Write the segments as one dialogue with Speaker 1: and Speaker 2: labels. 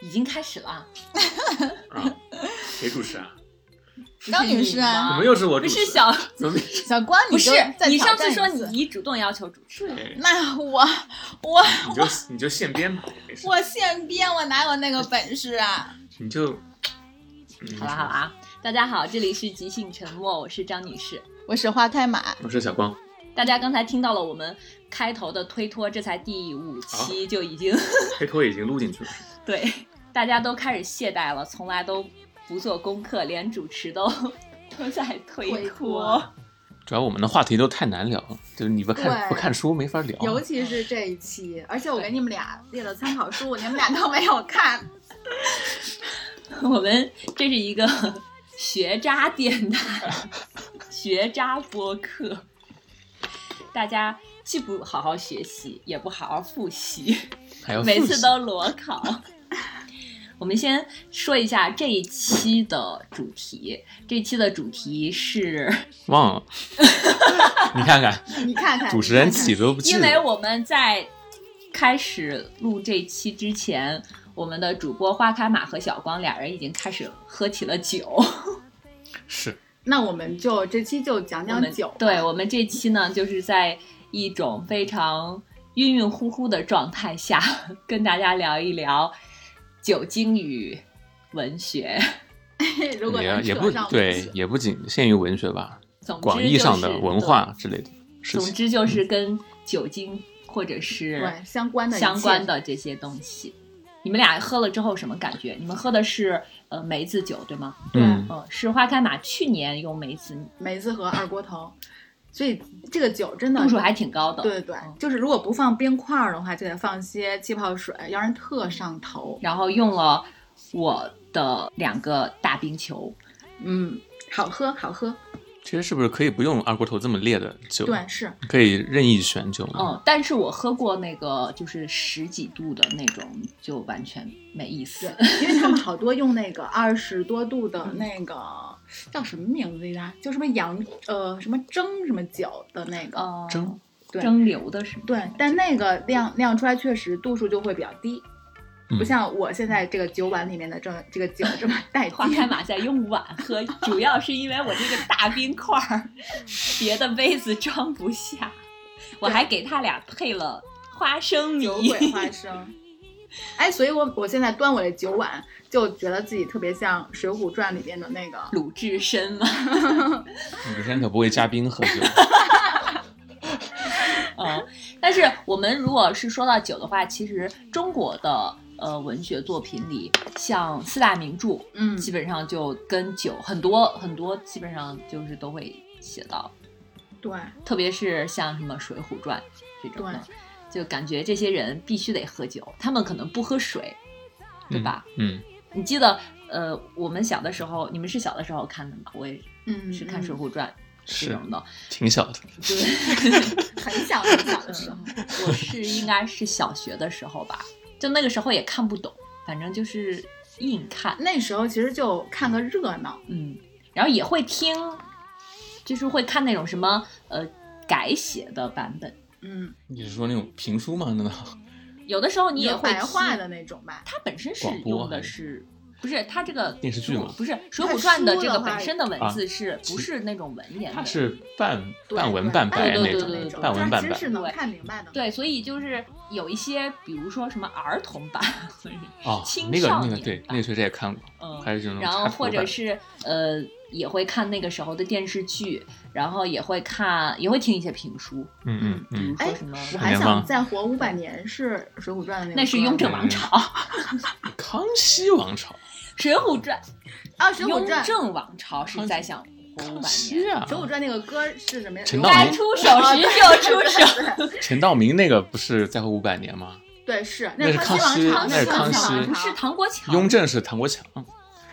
Speaker 1: 已经开始了。
Speaker 2: 啊，谁主持啊？
Speaker 1: 当
Speaker 3: 张女士啊
Speaker 2: 怎么又是我
Speaker 1: 不
Speaker 2: 主持？
Speaker 1: 是小，
Speaker 2: 怎么
Speaker 3: 小关，
Speaker 1: 不是
Speaker 3: 就再
Speaker 1: 你
Speaker 3: 挑
Speaker 1: 上
Speaker 3: 战
Speaker 1: 次说
Speaker 3: 一次
Speaker 1: 你主动要求主持，
Speaker 2: 哎
Speaker 3: 那我我
Speaker 2: 你就你就现编吧，没事，
Speaker 3: 我现编，我哪有那个本事啊？
Speaker 2: 你就。嗯
Speaker 1: 好了好了，啊，大家好，这里是即兴沉默，我是张女士。
Speaker 3: 我是花开马，
Speaker 2: 我是小光，
Speaker 1: 大家刚才听到了我们开头的推脱，这才第五期就已经、
Speaker 2: 黑托已经录进去了。
Speaker 1: 对大家都开始懈怠了，从来都不做功课，连主持都 都在推
Speaker 3: 推
Speaker 1: 脱
Speaker 3: 脱。
Speaker 2: 主要我们的话题都太难聊了，就是你不看
Speaker 3: 对
Speaker 2: 不看书没法聊。
Speaker 3: 尤其是这一期，而且我给你们俩列了参考书，你们俩都没有看。
Speaker 1: 我们这是一个学渣电台， 学渣播客，大家既不好好学习，也不好好复习。
Speaker 2: 还要
Speaker 1: 每
Speaker 2: 复
Speaker 1: 次
Speaker 2: 习
Speaker 1: 都裸考。 我们先说一下这一期的主题，这一期的主 题是
Speaker 2: 忘 了，你看看
Speaker 3: 你看看，
Speaker 2: 主持人
Speaker 3: 你看看
Speaker 2: 记都不记
Speaker 1: 因为
Speaker 2: 得。
Speaker 1: 我们在开始录这期之前，我们的主播花开马和小光俩人已经开始喝起了酒。
Speaker 2: 是
Speaker 3: 那我们就这期就讲
Speaker 1: 我
Speaker 3: 讲
Speaker 1: 们
Speaker 3: 酒吧。
Speaker 1: 对我们这期呢，就是在一种非常晕晕乎乎的状态下，跟大家聊一聊酒精与文学。
Speaker 3: 如果
Speaker 2: 也
Speaker 3: 能
Speaker 2: 也
Speaker 3: 扯
Speaker 2: 不
Speaker 3: 上
Speaker 2: 对
Speaker 3: 文，学
Speaker 2: 也不仅限于文学吧，
Speaker 1: 总之、就是、
Speaker 2: 广义上的文化之类的事
Speaker 1: 总
Speaker 2: 情。
Speaker 1: 之就是跟酒精或者是
Speaker 3: 嗯对相关的一
Speaker 1: 相关
Speaker 3: 切
Speaker 1: 的这些东西。你们俩喝了之后什么感觉？你们喝的是呃梅子酒对吗？
Speaker 2: 嗯，
Speaker 1: 嗯，是花开马去年用梅子
Speaker 3: 梅子和二锅头，所以这个酒真的
Speaker 1: 度数还挺高的，
Speaker 3: 对对
Speaker 1: 嗯，
Speaker 3: 就是如果不放冰块儿的话，就得放些气泡水，要人特上头。
Speaker 1: 然后用了我的两个大冰球，
Speaker 3: 嗯，好喝好喝，
Speaker 2: 其实是不是可以不用二锅头这么烈的酒？
Speaker 3: 对，是
Speaker 2: 可以任意选酒。
Speaker 1: 嗯，但是我喝过那个就是十几度的那种，就完全没意
Speaker 3: 对
Speaker 1: 思。，
Speaker 3: 因为他们好多用那个二十多度的
Speaker 1: 嗯
Speaker 3: 那个叫什么名字呀？就什么洋呃什么蒸什么酒的那个，
Speaker 1: 呃，
Speaker 2: 蒸
Speaker 3: 对
Speaker 1: 蒸馏的是吗？
Speaker 3: 对，但那个酿酿出来确实度数就会比较低，不
Speaker 2: 嗯
Speaker 3: 像我现在这个酒碗里面的这这个酒这么 带劲。
Speaker 1: 花开马在用碗喝，主要是因为我这个大冰块儿，别的杯子装不下。我还给他俩配了花生米
Speaker 3: 酒，鬼花生。 哎，所以我我现在端我这酒碗，就觉得自己特别像《水浒传》里边的那个。
Speaker 1: 鲁智深嘛，
Speaker 2: 你之前可不会加冰喝酒。
Speaker 1: 嗯。但是我们如果是说到酒的话，其实中国的呃文学作品里，像四大名著，
Speaker 3: 嗯
Speaker 1: 基本上就跟酒很多很多，基本上就是都会写到，
Speaker 3: 对，
Speaker 1: 特别是像什么《水浒传》这种的，就感觉这些人必须得喝酒，他们可能不喝水， 对吧？
Speaker 2: 嗯，
Speaker 1: 你记得呃，我们小的时候，你们是小的时候看的吗？我也
Speaker 3: 嗯，
Speaker 1: 是看《水
Speaker 3: 浒
Speaker 1: 浒传》这
Speaker 2: 是
Speaker 1: 种的，
Speaker 2: 挺小的。
Speaker 1: 对，》，
Speaker 3: 很小很小的
Speaker 1: 嗯
Speaker 3: 时候。
Speaker 1: 我是应该是小学的时候吧，就那个时候也看不懂，反正就是硬看，
Speaker 3: 那时候其实就看个热闹，
Speaker 1: 嗯，然后也会听，就是会看那种什么呃改写的版本，
Speaker 3: 嗯，
Speaker 2: 你是说那种评书吗？难 道
Speaker 1: 有的时候你也
Speaker 3: 有
Speaker 1: 会
Speaker 3: 白话
Speaker 1: 听
Speaker 3: 的那种吧。
Speaker 1: 它本身是
Speaker 2: 广播
Speaker 1: 用的
Speaker 2: 还
Speaker 1: 是。不是它这个
Speaker 2: 电视剧吗
Speaker 1: 不是《水浒传》的这
Speaker 3: 它书
Speaker 1: 个
Speaker 3: 的话
Speaker 1: 本身的文
Speaker 2: 啊
Speaker 1: 字是不
Speaker 2: 其
Speaker 1: 是那种文言
Speaker 2: 它
Speaker 1: 的？
Speaker 2: 是半
Speaker 3: 对
Speaker 2: 半文半白
Speaker 1: 对
Speaker 2: 那
Speaker 1: 对对对
Speaker 2: 种，
Speaker 1: 对
Speaker 2: 半文半
Speaker 3: 其实
Speaker 2: 白
Speaker 3: 是能
Speaker 1: 对
Speaker 3: 看明白的。
Speaker 1: 对，所以就是有一些，比如说什么儿童版，或者是
Speaker 2: 哦
Speaker 1: 青，
Speaker 2: 那个
Speaker 1: 少
Speaker 2: 那个
Speaker 1: 年
Speaker 2: 对，
Speaker 1: 吧
Speaker 2: 那个确实也看过，还
Speaker 1: 嗯，
Speaker 2: 有这种
Speaker 1: 然
Speaker 2: 插
Speaker 1: 后
Speaker 2: 图
Speaker 1: 或者
Speaker 2: 版
Speaker 1: 是呃，也会看那个时候的电视剧，然后也会看，也会听一些评书，
Speaker 2: 嗯嗯
Speaker 1: 比如
Speaker 2: 嗯，
Speaker 1: 说
Speaker 3: 哎
Speaker 1: 什么，
Speaker 3: 我还
Speaker 2: 很凉
Speaker 3: 想
Speaker 2: 吗
Speaker 3: 再活五百年是《水浒传》的那个。
Speaker 1: 那是《雍正
Speaker 2: 吗
Speaker 1: 王朝》嗯
Speaker 2: 康熙王朝，
Speaker 1: 《水浒传
Speaker 3: 啊，《水》浒
Speaker 1: 雍
Speaker 3: 传》《
Speaker 1: 正王朝是在想活嗯
Speaker 2: 康
Speaker 1: 五百
Speaker 2: 熙
Speaker 1: 年，
Speaker 2: 啊
Speaker 3: 水，浒传》那个歌是什么呀？
Speaker 2: 陈道
Speaker 1: 该
Speaker 2: 明
Speaker 1: 出手时就出 手。
Speaker 3: 手。对
Speaker 2: 陈道明那个不是再活五百年吗？
Speaker 3: 对，是
Speaker 2: 那
Speaker 3: 那
Speaker 2: 是
Speaker 3: 康
Speaker 2: 康熙
Speaker 3: 熙王朝，
Speaker 2: 那是康
Speaker 3: 熙
Speaker 2: 熙
Speaker 3: 王
Speaker 1: 不
Speaker 3: 朝
Speaker 1: 是。唐国强，
Speaker 2: 雍正是唐国强，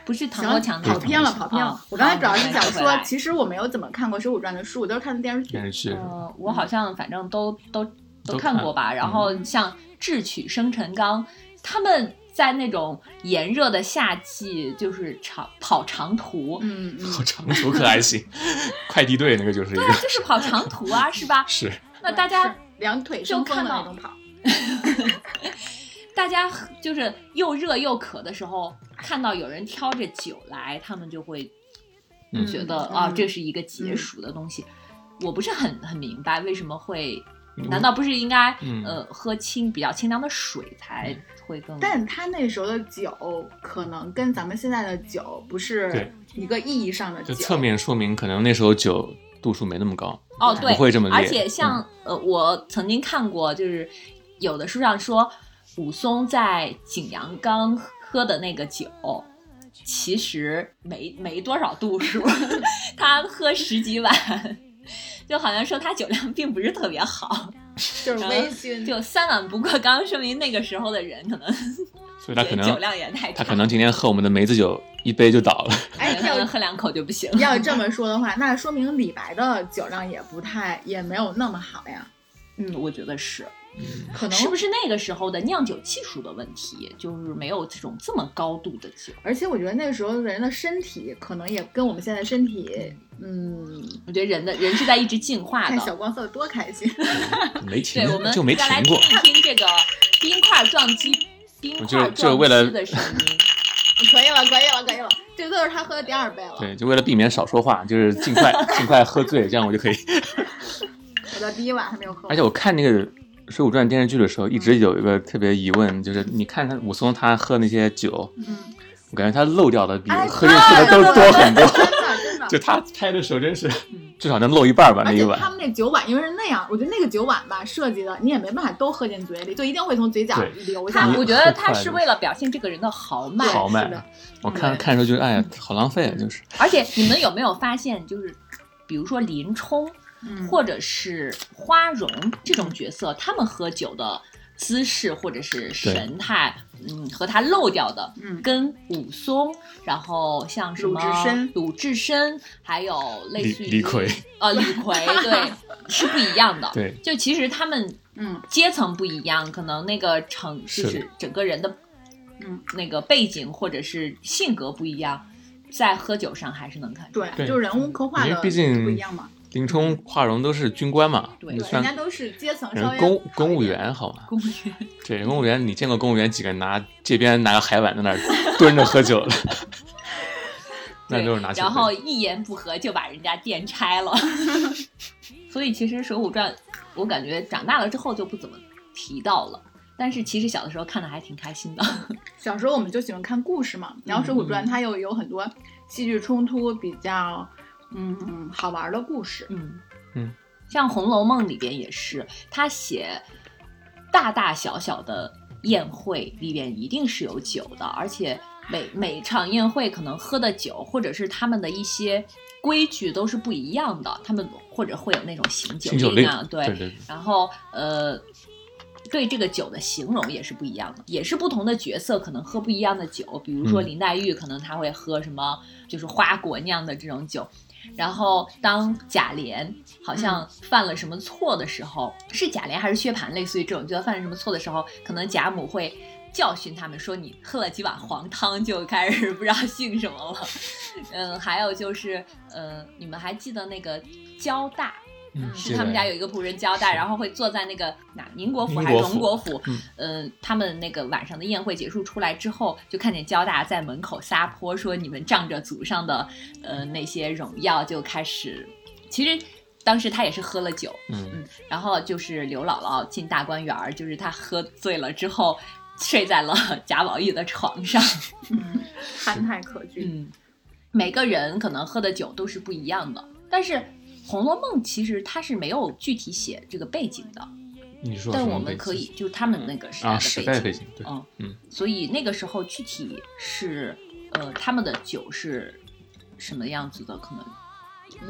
Speaker 1: 不是唐
Speaker 3: 行
Speaker 1: 国强，
Speaker 3: 跑偏了，跑偏了
Speaker 1: 啊。
Speaker 3: 我刚才主要
Speaker 1: 好
Speaker 3: 是想
Speaker 1: 回来
Speaker 3: 说，其实我没有怎么看过《水浒传》的书，我都是看的电视剧
Speaker 2: 电。视剧
Speaker 1: 呃，我好像反正都都
Speaker 2: 都
Speaker 1: 看
Speaker 2: 看嗯
Speaker 1: 过吧。然后像《智取生辰纲》，他们在那种炎热的夏季，就是长跑长途，
Speaker 3: 嗯嗯，
Speaker 2: 好长途可还行， 快递队那个就是一
Speaker 1: 对啊，
Speaker 2: 个
Speaker 1: 就是跑长途啊，是吧？
Speaker 2: 是
Speaker 1: 那大家
Speaker 2: 嗯
Speaker 3: 是两腿生风的那种跑。
Speaker 1: 大家就是又热又渴的时候，看到有人挑着酒来，他们就会
Speaker 2: 嗯
Speaker 1: 觉得、啊，
Speaker 3: 嗯
Speaker 1: 这是一个解
Speaker 3: 嗯
Speaker 1: 暑的东西。我不是很很明白为什么会，
Speaker 2: 嗯
Speaker 1: 难道不是应该、
Speaker 2: 嗯
Speaker 1: 呃喝清比较清凉的水才会更？
Speaker 3: 但他那时候的酒可能跟咱们现在的酒不是
Speaker 2: 对
Speaker 3: 一个意义上的酒，
Speaker 2: 就侧面说明，可能那时候酒度数没那么高，
Speaker 1: 哦，
Speaker 3: 不
Speaker 1: 对，
Speaker 2: 会这么烈嗯
Speaker 1: 而且像、呃，我曾经看过，就是有的书上说，武松在景阳冈喝的那个酒，其实没没多少度 数，他喝十几碗，就好像说他酒量并不是特别好，
Speaker 3: 就是微醺，
Speaker 1: 嗯就三碗不过冈，说明那个时候的人可能
Speaker 2: 所以他可能
Speaker 1: 酒量也太差，
Speaker 2: 他可能今天喝我们的梅子酒一杯就倒了。
Speaker 3: 哎
Speaker 1: 可能
Speaker 3: 要。
Speaker 1: 喝两口就不行。
Speaker 3: 要这么说的话，那说明李白的酒量也不太，也没有那么好呀。
Speaker 1: 嗯，我觉得是。
Speaker 3: 可能
Speaker 1: 是不是那个时候的酿酒技术的问题，就是没有这种这么高度的酒？
Speaker 3: 而且我觉得那时候的人的身体可能也跟我们现在身体，嗯，
Speaker 1: 我觉得人的人是在一直进化
Speaker 3: 看小
Speaker 1: 的。
Speaker 3: 光色多 开心。
Speaker 2: 没停
Speaker 1: 对，我们
Speaker 2: 嗯就没停
Speaker 1: 再来听
Speaker 2: 过。
Speaker 1: 一听这个冰块撞击冰
Speaker 2: 我
Speaker 1: 块
Speaker 2: 就
Speaker 1: 撞
Speaker 2: 就为了
Speaker 1: 击的 声音。
Speaker 3: 可以了，可以了，可以了，这都是他喝的第二杯了。
Speaker 2: 对，就为了避免少说话，就是尽快尽快喝醉，这样我就可以。
Speaker 3: 我的第一碗还没有喝完。
Speaker 2: 而且我看那个《水浒传》电视剧的时候，一直有一个特别疑问，就是你看他武松他喝那些酒，
Speaker 3: 嗯，
Speaker 2: 我感觉他漏掉的比
Speaker 3: 哎
Speaker 2: 喝进去的都多很多。
Speaker 3: 真的真的。
Speaker 2: 就他拍的时候，真是至少能漏一半吧，那
Speaker 3: 而
Speaker 2: 一
Speaker 3: 且
Speaker 2: 碗
Speaker 3: 他。们那酒碗因为是那样，我觉得那个酒碗吧设计的，你也没办法都喝进嘴里，就一定会从嘴角
Speaker 2: 对
Speaker 3: 流下
Speaker 1: 他，
Speaker 2: 你
Speaker 3: 来。
Speaker 1: 我觉得他是为了表现这个人的豪迈。
Speaker 2: 豪
Speaker 3: 是的
Speaker 2: 迈，我看看的时候就哎呀，好浪费，就是
Speaker 1: 而且你们有没有发现，就是比如说林冲
Speaker 3: 嗯
Speaker 1: 或者是花荣这种角色，他们喝酒的姿势或者是神态，嗯，和他漏掉的，
Speaker 3: 嗯
Speaker 1: 跟武松，然后像什么
Speaker 3: 鲁智深
Speaker 1: 鲁智深，还有类
Speaker 2: 李
Speaker 1: 似于
Speaker 2: 李逵，
Speaker 1: 呃，李逵，对，是不一样的。
Speaker 2: 对，
Speaker 1: 就其实他们
Speaker 3: 嗯
Speaker 1: 阶层不一样，可能那个成就是是整个人的
Speaker 3: 嗯，
Speaker 1: 那个背景或者是性格不一样，在喝酒上还是能看出来。
Speaker 3: 对，
Speaker 2: 对
Speaker 3: 就是人物刻画
Speaker 2: 因
Speaker 3: 的
Speaker 2: 为毕竟
Speaker 3: 不一样嘛。
Speaker 2: 林冲、花荣都是军官嘛，
Speaker 1: 对
Speaker 2: 你
Speaker 3: 对，人
Speaker 2: 算
Speaker 3: 家都是阶层
Speaker 2: 人
Speaker 3: 稍微
Speaker 2: 公公务员好吗？
Speaker 1: 公园
Speaker 2: 对，公务员，你见过公务员几个拿这边拿个海碗在那儿蹲着喝酒 的？那都是拿酒杯。
Speaker 1: 然后一言不合就把人家店拆 了。所以其实《水浒传》，我感觉长大了之后就不怎么提到了，但是其实小的时候看的还挺开心的。
Speaker 3: 小时候我们就喜欢看故事嘛，然后《水浒传》
Speaker 2: 嗯
Speaker 3: 它又有很多戏剧冲突比较嗯好玩的故事。
Speaker 1: 嗯，
Speaker 2: 嗯，
Speaker 1: 像《红楼梦》里边也是，他写大大小小的宴会里边一定是有酒的，而且每每场宴会可能喝的酒或者是他们的一些规矩都是不一样的，他们或者会有那种醒酒
Speaker 2: 醒酒令
Speaker 1: 啊，，对，
Speaker 2: 对对，
Speaker 1: 然后呃。对这个酒的形容也是不一样的，也是不同的角色可能喝不一样的酒。比如说
Speaker 2: 嗯
Speaker 1: 林黛玉可能她会喝什么，就是花果酿的这种酒。然后当贾琏好像犯了什么错的时候，是贾琏还是薛蟠，类似于这种，觉得犯了什么错的时候，可能贾母会教训他们说你喝了几碗黄汤就开始不知道姓什么了。 嗯，还有就是，嗯，你们还记得那个交大？
Speaker 2: 嗯
Speaker 1: 是他们家有一个仆人交代，然后会坐在那个哪宁国府
Speaker 2: 宁
Speaker 1: 还是
Speaker 2: 国
Speaker 1: 荣
Speaker 2: 府
Speaker 1: 国府，
Speaker 2: 嗯
Speaker 1: 嗯，他们那个晚上的宴会结束出来之后，就看见交大在门口撒泼，说你们仗着祖上的呃那些荣耀就开始，其实当时他也是喝了酒，
Speaker 2: 嗯，
Speaker 1: 然后就是刘姥姥进大观园儿，就是她喝醉了之后睡在了贾宝玉的床上，
Speaker 3: 嗯，憨态可掬。
Speaker 1: 嗯，每个人可能喝的酒都是不一样的，但是《红楼梦》其实它是没有具体写这个背景的，
Speaker 2: 你说什
Speaker 1: 但
Speaker 2: 么
Speaker 1: 我
Speaker 2: 背
Speaker 1: 们
Speaker 2: 景
Speaker 1: 可以就是他们那个时代
Speaker 2: 啊，
Speaker 1: 的
Speaker 2: 时代背
Speaker 1: 背景，
Speaker 2: 景，对，
Speaker 1: 嗯
Speaker 2: 嗯
Speaker 1: 所以那个时候具体是呃他们的酒是什么样子的，可能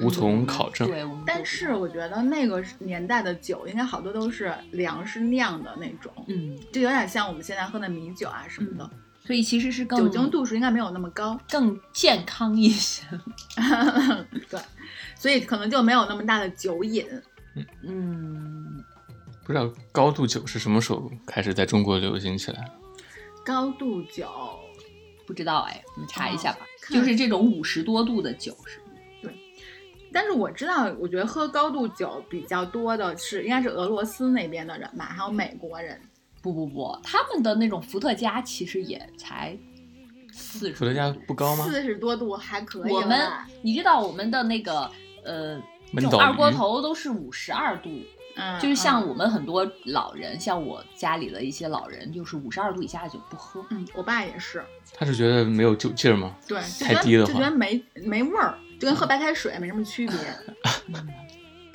Speaker 2: 无从考证。
Speaker 1: 嗯对，我们
Speaker 3: 但
Speaker 1: 都
Speaker 3: 是我觉得那个年代的酒应该好多都是粮食酿的那种，
Speaker 1: 嗯，
Speaker 3: 就有点像我们现在喝的米酒啊什么的，
Speaker 1: 所以其实是更
Speaker 3: 酒精度数应该没有那么高，
Speaker 1: 更健康一些，
Speaker 3: 对，所以可能就没有那么大的酒瘾。
Speaker 1: 嗯，
Speaker 2: 不知道高度酒是什么时候开始在中国流行起来？
Speaker 3: 高度酒，
Speaker 1: 不知道哎，我们查一下吧，
Speaker 3: 哦看
Speaker 1: 就是这种五十多度的酒是吗
Speaker 3: 但是我知道，我觉得喝高度酒比较多的是应该是俄罗斯那边的人吧，还有美国人。
Speaker 1: 不不不，他们的那种伏特加其实也才四十。
Speaker 2: 伏特加不高吗？
Speaker 3: 四十多度还可以
Speaker 1: 我们
Speaker 3: 了
Speaker 1: 你知道我们的那个呃，
Speaker 2: 闷
Speaker 1: 这
Speaker 2: 倒
Speaker 1: 种二
Speaker 2: 驴
Speaker 1: 锅头都是五十二度，
Speaker 3: 嗯，
Speaker 1: 就是
Speaker 3: 嗯
Speaker 1: 像我们很多老人，像我家里的一些老人，就是五十二度以下就不喝。
Speaker 3: 嗯，我爸也是，
Speaker 2: 他是觉得没有劲劲儿吗？
Speaker 3: 对，就
Speaker 2: 太
Speaker 3: 觉得
Speaker 2: 低的
Speaker 3: 就
Speaker 2: 话
Speaker 3: 觉得没没味儿，就跟
Speaker 1: 嗯
Speaker 3: 喝白开水没什么 区别。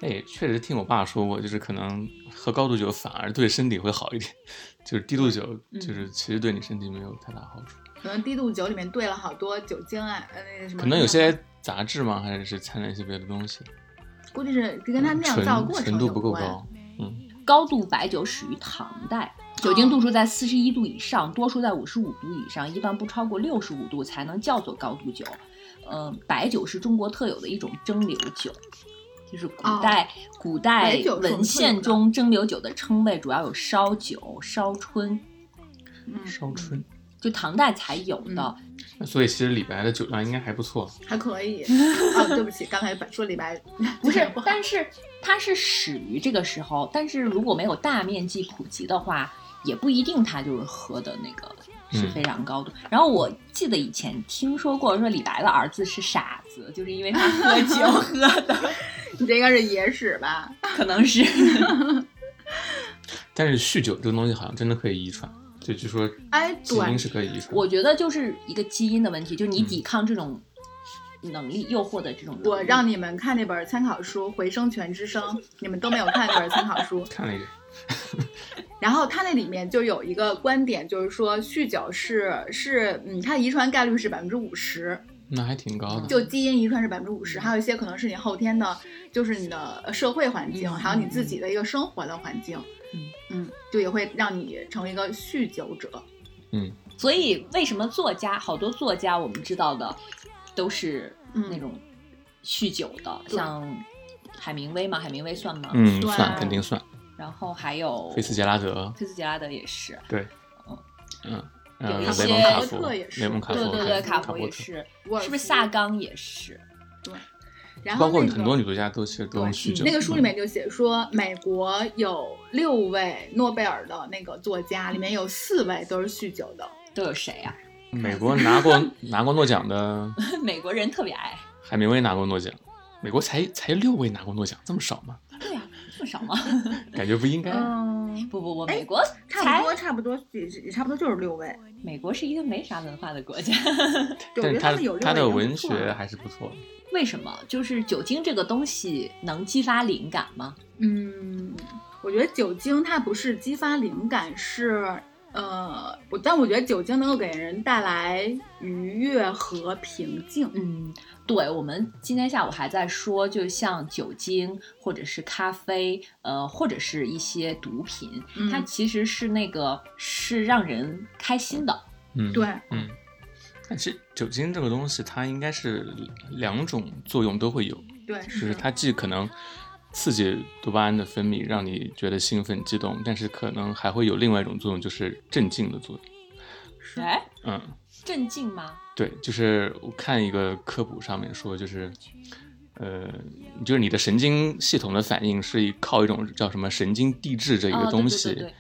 Speaker 2: 但也哎确实听我爸说过，就是可能喝高度酒反而对身体会好一点， 就是低度酒
Speaker 1: 嗯
Speaker 2: 就是其实对你身体没有太大好处。
Speaker 3: 可能低度酒里面兑了好多酒精啊，呃，那个什么，
Speaker 2: 可能有些杂质吗？还是掺了一些别的东西？
Speaker 3: 估计是跟它酿造过
Speaker 2: 嗯纯
Speaker 3: 程
Speaker 2: 纯度
Speaker 3: 有
Speaker 2: 不够
Speaker 3: 关。
Speaker 2: 高。嗯，
Speaker 1: 高度白酒始于唐代，酒精度数在四十一度以上，多数在五十五度以上，一般不超过六十五度才能叫做高度酒。嗯，白酒是中国特有的一种蒸馏酒，就是古代、古代
Speaker 3: 哦白酒是我们
Speaker 1: 文献中蒸馏酒的称谓，主要有烧酒、烧春，
Speaker 3: 嗯，
Speaker 2: 烧春。
Speaker 1: 就唐代才有的。
Speaker 2: 那所以其实李白的酒量应该还不错。
Speaker 3: 还可 以。哦，对不起，刚才说李白
Speaker 1: 不是，但是它是始于这个时候，但是如果没有大面积普及的话，也不一定它就是喝的那个
Speaker 3: 嗯
Speaker 1: 是
Speaker 2: 嗯
Speaker 1: 非常高度。然后我记得以前听说过，说李白的儿子是傻子，就是因为他 喝酒喝的，
Speaker 3: 你这应该是野史吧？
Speaker 1: 可能是
Speaker 2: 但是酗酒这个东西好像真的可以遗传，就据说
Speaker 3: 哎，
Speaker 2: 基因
Speaker 3: 对，
Speaker 2: 是可以遗传。
Speaker 1: 我觉得就是一个基因的问题，就是你
Speaker 2: 嗯
Speaker 1: 抵抗这种能力、诱惑的这种能力。
Speaker 3: 我让你们看那本参考书《回声泉之声》，你们都没有看那本参考书。
Speaker 2: 看了一眼，
Speaker 3: 然后它那里面就有一个观点，就是说酗酒是是，嗯，它遗传概率是百分之五十，
Speaker 2: 那还挺高的。
Speaker 3: 就基因遗传是百分之五十，还有一些可能是你后天的，就是你的呃社会环境，
Speaker 1: 嗯
Speaker 3: 还有你自己的一个生活的环境，
Speaker 1: 嗯
Speaker 3: 嗯，就也会让你成为一个酗酒者。
Speaker 2: 嗯，
Speaker 1: 所以为什么作家好多作家我们知道的都是那种酗酒的，
Speaker 3: 嗯对
Speaker 1: 像海明威嘛，海明威算吗？
Speaker 2: 嗯，
Speaker 3: 算
Speaker 2: 算肯定算。
Speaker 1: 然后还有
Speaker 2: 菲茨杰拉
Speaker 3: 嗯
Speaker 2: 德，
Speaker 1: 菲茨杰拉德也是，
Speaker 2: 对
Speaker 1: 嗯，
Speaker 2: 嗯，
Speaker 1: 有
Speaker 2: 嗯
Speaker 1: 一
Speaker 2: 雷
Speaker 1: 些
Speaker 2: 蒙卡
Speaker 3: 伯
Speaker 2: 佛，
Speaker 3: 特也是
Speaker 2: 雷蒙卡
Speaker 3: 卡
Speaker 2: 佛，
Speaker 1: 对
Speaker 3: 佛卡
Speaker 1: 对对，
Speaker 3: 夫
Speaker 1: 卡
Speaker 2: 佛
Speaker 1: 佛
Speaker 2: 特
Speaker 1: 也，是，
Speaker 3: 我
Speaker 1: 是不是萨冈也是？
Speaker 3: 然后
Speaker 2: 包括
Speaker 3: 那个
Speaker 2: 很多女作家都其实都用
Speaker 3: 对
Speaker 2: 酗酒。嗯
Speaker 3: 那个书里面就写说，美国有六位诺贝尔的那个作家，里面有四位都是酗酒的。
Speaker 1: 都有谁啊？
Speaker 2: 嗯，美国拿过拿过诺奖的
Speaker 1: 美国人特别爱，
Speaker 2: 海明威拿过诺奖，美国才才六位拿过诺奖，这么少吗？
Speaker 1: 对呀、这么少 吗？
Speaker 2: 感觉不应该。
Speaker 3: 嗯，
Speaker 1: 不不不，美国
Speaker 3: 差
Speaker 1: 才
Speaker 3: 不多，差不多也也差不多就是六位。
Speaker 1: 美国是一个没啥文化的国家，
Speaker 3: 对，
Speaker 2: 但是
Speaker 3: 我觉得
Speaker 2: 他
Speaker 3: 们有六位
Speaker 2: 他的
Speaker 3: 已经
Speaker 2: 文
Speaker 3: 不错了啊
Speaker 2: 学还是不错的，
Speaker 1: 为什么？就是酒精这个东西能激发灵感吗？
Speaker 3: 嗯，我觉得酒精它不是激发灵感，是呃，我但我觉得酒精能够给人带来愉悦和平静。
Speaker 1: 嗯，对，我们今天下午还在说，就像酒精或者是咖啡，呃，或者是一些毒品，
Speaker 3: 嗯
Speaker 1: 它其实是那个是让人开心的。
Speaker 2: 嗯，
Speaker 3: 对，
Speaker 2: 嗯。但其实酒精这个东西，它应该是两种作用都会有，
Speaker 3: 对，
Speaker 2: 就是它既可能刺激多巴胺的分泌，让你觉得兴奋激动，但是可能还会有另外一种作用，就是镇静的作用。
Speaker 1: 哎，
Speaker 2: 嗯，
Speaker 1: 镇静吗？
Speaker 2: 对，就是我看一个科普上面说，就是呃，就是你的神经系统的反应是以靠一种叫什么神经递质这一
Speaker 3: 哦
Speaker 2: 个
Speaker 1: 啊对
Speaker 2: 东
Speaker 1: 对
Speaker 2: 西
Speaker 1: 对对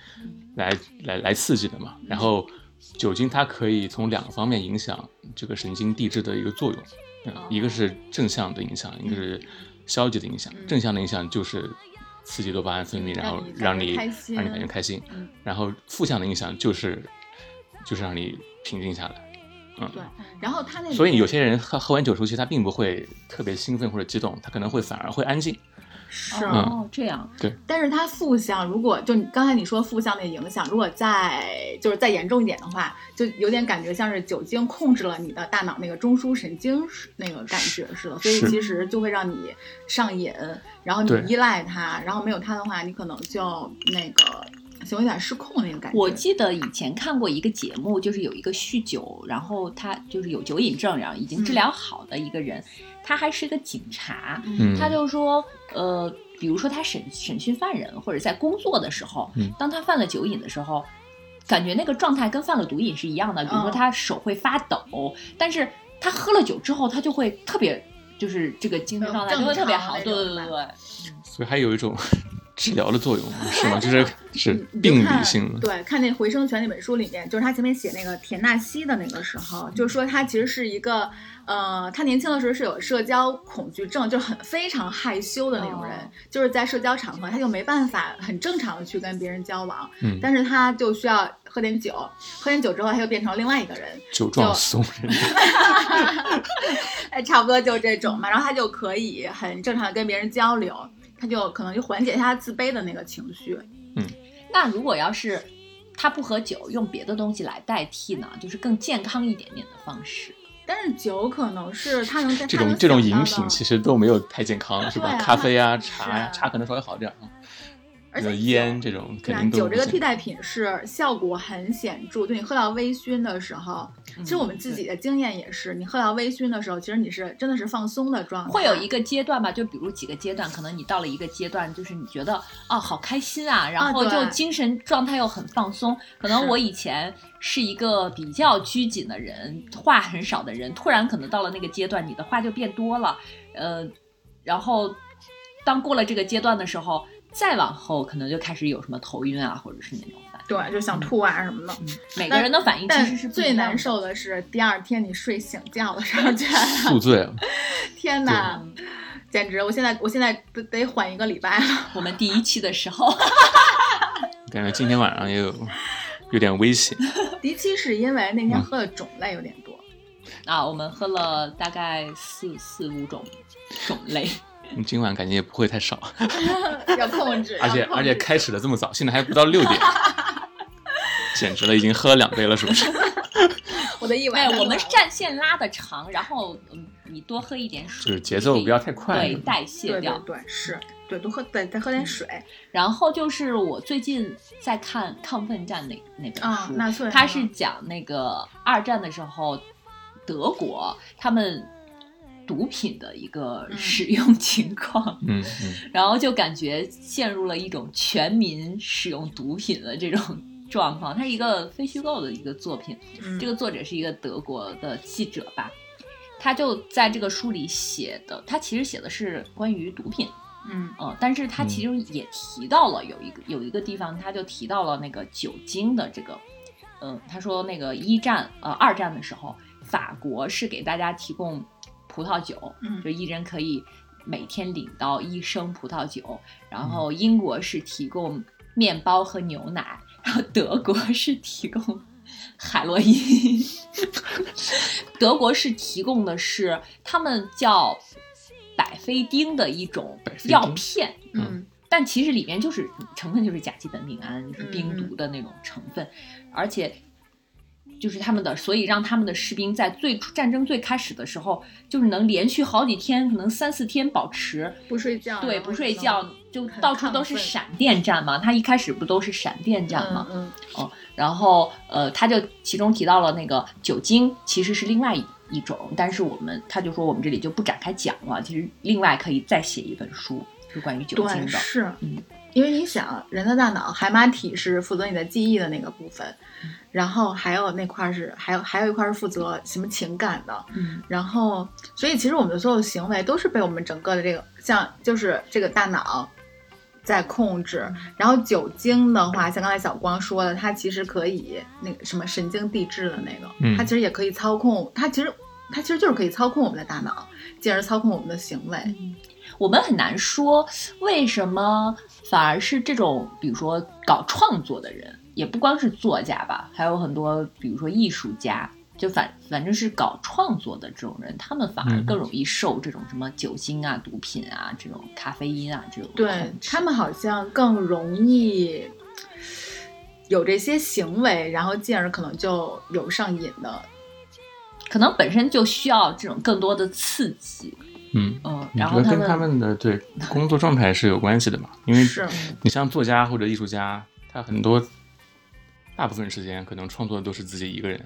Speaker 2: 来、来来刺激的嘛。然后酒精它可以从两个方面影响这个神经递质的一个作用，嗯，
Speaker 1: 哦
Speaker 2: 一个是正向的影响，一个是消极的影响。
Speaker 3: 嗯
Speaker 2: 正向的影响就是刺激多巴胺分泌，然后
Speaker 3: 让
Speaker 2: 让
Speaker 3: 你
Speaker 2: 你
Speaker 3: 感觉开心
Speaker 2: 让你感觉开心
Speaker 3: 嗯。
Speaker 2: 然后负向的影响就是就是让你平静下来，嗯，
Speaker 3: 对。然后它那里
Speaker 2: 所以有些人喝喝完酒之后，其实他并不会特别兴奋或者激动，他可能会反而会安静。嗯
Speaker 3: 是，啊
Speaker 1: 哦，这样，
Speaker 3: 但是它负向，如果就你刚才你说负向的影响，如果再就是再严重一点的话，就有点感觉像是酒精控制了你的大脑那个中枢神经是那个感觉似的，所以
Speaker 2: 是
Speaker 3: 其实就会让你上瘾，然后你
Speaker 2: 对
Speaker 3: 依赖它，然后没有它的话，你可能就那个就有点失控那个感觉。
Speaker 1: 我记得以前看过一个节目，就是有一个酗酒，然后他就是有酒瘾症，然后已经
Speaker 3: 嗯
Speaker 1: 治疗好的一个人，他还是个警察，
Speaker 2: 嗯，
Speaker 1: 他就说，呃，比如说他审审讯犯人，或者在工作的时候，
Speaker 2: 嗯
Speaker 1: 当他犯了酒瘾的时候。感觉那个状态跟犯了毒瘾是一样的，比如说
Speaker 3: 嗯
Speaker 1: 他手会发抖，但是他喝了酒之后，他就会特别，就是这个精神状态就会特别好，
Speaker 3: 嗯
Speaker 1: 对
Speaker 3: 正常
Speaker 1: 对
Speaker 3: 那
Speaker 1: 对
Speaker 3: 种
Speaker 1: 对，
Speaker 2: 所以还有一种 治疗的作用，是 吗？就是是
Speaker 3: 你就
Speaker 2: 病理
Speaker 3: 看
Speaker 2: 性的，
Speaker 3: 对，看那《回声泉》那本书里面，就是他前面写那个田纳西的那个时候，就是说他其实是一个，呃，他年轻的时候是有社交恐惧症，就是很非常害羞的那种人，
Speaker 1: 哦
Speaker 3: 就是在社交场合他就没办法很正常的去跟别人交往，
Speaker 2: 嗯，
Speaker 3: 但是他就需要喝点酒，喝点酒之后他就变成另外一个人，
Speaker 2: 酒壮
Speaker 3: 就
Speaker 2: 怂人胆。
Speaker 3: 哎，差不多就这种嘛。然后他就可以很正常的跟别人交流，他就可能就缓解一下他自卑的那个情绪。
Speaker 1: 那如果要是他不喝酒，用别的东西来代替呢，就是更健康一点点的方式。
Speaker 3: 但是酒可能是他能在
Speaker 2: 这
Speaker 3: 他
Speaker 2: 种
Speaker 3: 能
Speaker 2: 这种
Speaker 3: 想到
Speaker 2: 饮
Speaker 3: 的
Speaker 2: 品其实都没有太健康，是
Speaker 3: 对
Speaker 2: 吧？
Speaker 3: 啊
Speaker 2: 咖啡啊、
Speaker 3: 是
Speaker 2: 茶呀、
Speaker 3: 啊
Speaker 2: 茶可能稍微好点儿啊，
Speaker 3: 而
Speaker 2: 那
Speaker 3: 且
Speaker 2: 烟
Speaker 3: 酒
Speaker 2: 这种
Speaker 3: 对
Speaker 2: 肯
Speaker 3: 啊，
Speaker 2: 定都
Speaker 3: 酒
Speaker 2: 不
Speaker 3: 这个
Speaker 2: 行
Speaker 3: 替代品是效果很显著，就你喝到微醺的时候，其
Speaker 2: 嗯
Speaker 3: 实我们自己的经验也是，你喝到微醺的时候，其实你是真的是放松的状态，
Speaker 1: 会有一个阶段吧，就比如几个阶段，可能你到了一个阶段，就是你觉得哦好开心啊，然后
Speaker 3: 对
Speaker 1: 就精神状态又很放松。可能
Speaker 3: 是
Speaker 1: 我以前是一个比较拘谨的人，话很少的人，突然可能到了那个阶段，你的话就变多了，呃，然后当过了这个阶段的时候，再往后可能就开始有什么头晕啊，或者是那种反应。
Speaker 3: 对，就想吐啊什么
Speaker 2: 嗯
Speaker 3: 的。
Speaker 1: 每个人的反应其
Speaker 3: 但
Speaker 1: 实是不一
Speaker 3: 最
Speaker 1: 样的
Speaker 3: 难受的是第二天你睡醒觉的时候， 觉得
Speaker 2: 宿醉了。
Speaker 3: 天哪，简直！我现在我现在得得缓一个礼拜了。
Speaker 1: 我们第一期的时候，
Speaker 2: 感觉今天晚上也有有点危险。
Speaker 3: 第七是因为那天
Speaker 2: 嗯
Speaker 3: 喝的种类有点多，
Speaker 1: 啊，我们喝了大概四四五种种类。
Speaker 2: 你今晚感觉也不会太少，
Speaker 3: 要控 制。
Speaker 2: 而且
Speaker 3: 要控
Speaker 2: 而且
Speaker 3: 制
Speaker 2: 开始的这么早，现在还不到六 点，简直了，已经喝了两杯了，是不 是？
Speaker 3: 我的意外，
Speaker 1: 哎，我们战线拉的长，然后嗯，你多喝一点水，
Speaker 2: 就是节奏不要太快
Speaker 1: 对，代谢
Speaker 3: 对
Speaker 1: 掉
Speaker 3: 对。对是。对，多喝对，再喝
Speaker 2: 嗯
Speaker 3: 点水
Speaker 1: 然后就是我最近在看《亢奋战》那那本
Speaker 3: 啊
Speaker 1: 书，，
Speaker 3: 纳粹
Speaker 1: 它是讲那个二战的时候，德国他们毒品的一个
Speaker 3: 嗯
Speaker 1: 使用情况，
Speaker 2: 嗯嗯，
Speaker 1: 然后就感觉陷入了一种全民使用毒品的这种状况。它是一个非虚构的一个作品，
Speaker 3: 嗯
Speaker 1: 这个作者是一个德国的记者吧，他就在这个书里写的，他其实写的是关于毒品，
Speaker 3: 嗯
Speaker 1: 嗯，但是他其中也提到了有一个有一个地方，他就提到了那个酒精的这个，嗯，他说那个一战呃二战的时候，法国是给大家提供葡萄酒，
Speaker 3: 嗯
Speaker 1: 就一人可以每天领到一升葡萄酒，
Speaker 2: 嗯
Speaker 1: 然后英国是提供面包和牛奶，然后德国是提供海洛因，德国是提供的是他们叫百菲丁的一种
Speaker 2: 百菲丁
Speaker 1: 药片。
Speaker 3: 嗯
Speaker 1: 但其实里面就是成分就是甲基苯丙胺，就是
Speaker 3: 嗯
Speaker 1: 冰毒的那种成分，而且就是他们的，所以让他们的士兵在最初战争最开始的时候，就是能连续好几天，可能三四天保持
Speaker 3: 不睡觉，
Speaker 1: 对
Speaker 3: 然后嗯
Speaker 1: 不睡
Speaker 3: 可能
Speaker 1: 觉，就
Speaker 3: 啊很
Speaker 1: 到处都
Speaker 3: 亢
Speaker 1: 是
Speaker 3: 奋
Speaker 1: 闪电战嘛。他一开始不都是闪电战嘛？
Speaker 3: 嗯
Speaker 1: 然后呃，他就其中提到了那个酒精其实是另外一一种，但是我们他就说我们这里就不展开讲了，其实另外可以再写一本书，就关于酒精
Speaker 3: 对
Speaker 1: 的。
Speaker 3: 是
Speaker 1: 嗯，
Speaker 3: 因为你想，人的大脑海马体是负责你的记忆的那个部分，
Speaker 1: 嗯
Speaker 3: 然后还有那块儿是还有还有一块儿是负责什么情感的，
Speaker 1: 嗯，
Speaker 3: 然后所以其实我们的所有行为都是被我们整个的这个像就是这个大脑。在控制，然后酒精的话，像刚才小光说的，它其实可以那个什么神经递质的那个，
Speaker 2: 嗯
Speaker 3: 它其实也可以操控，它其实它其实就是可以操控我们的大脑，进而操控我们的行为。
Speaker 1: 我们很难说为什么反而是这种，比如说搞创作的人，也不光是作家吧，还有很多，比如说艺术家，就反反正是搞创作的这种人，他们反而
Speaker 2: 嗯
Speaker 1: 更容易受这种什么酒精啊、毒品啊、这种咖啡因啊这种控
Speaker 3: 对
Speaker 1: 制。
Speaker 3: 他们好像更容易有这些行为，然后进而可能就有上瘾的。
Speaker 1: 可能本身就需要这种更多的刺激，
Speaker 2: 嗯，
Speaker 1: 嗯，
Speaker 2: 我
Speaker 1: 然
Speaker 2: 觉
Speaker 1: 后
Speaker 2: 得
Speaker 1: 他
Speaker 2: 跟
Speaker 1: 们
Speaker 2: 他们的对工作状态是有关系的嘛，因为
Speaker 3: 是，
Speaker 2: 你像作家或者艺术家，他很多大部分时间可能创作的都是自己一个人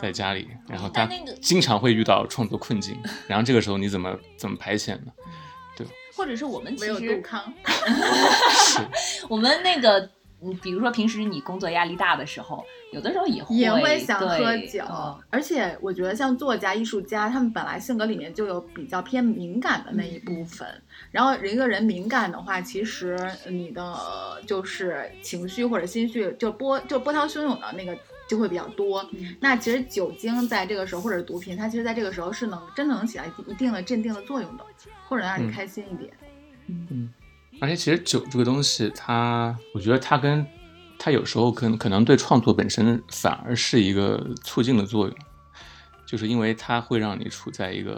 Speaker 2: 在家里，然后他
Speaker 1: 但那个
Speaker 2: 经常会遇到创作困境，然后这个时候你怎么怎么排遣呢？
Speaker 1: 或者是我们其
Speaker 3: 唯有
Speaker 1: 实
Speaker 3: 杜康，
Speaker 2: 是
Speaker 1: 我们那个嗯，比如说平时你工作压力大的时候，有的时候也会
Speaker 3: 也会想喝
Speaker 1: 对
Speaker 3: 酒
Speaker 1: 嗯，
Speaker 3: 而且我觉得像作家、艺术家，他们本来性格里面就有比较偏敏感的那
Speaker 2: 嗯
Speaker 3: 一部分。然后一个人敏感的话，其实你的就是情绪或者心绪就波就波涛汹涌的那个就会比较多。
Speaker 1: 嗯
Speaker 3: 那其实酒精在这个时候或者毒品，它其实在这个时候是能真的能起到一定的镇定的作用的，或者让你
Speaker 2: 嗯
Speaker 3: 开心一点。
Speaker 2: 而且其实酒这个东西，它我觉得它跟它有时候可能可能对创作本身反而是一个促进的作用，就是因为它会让你处在一个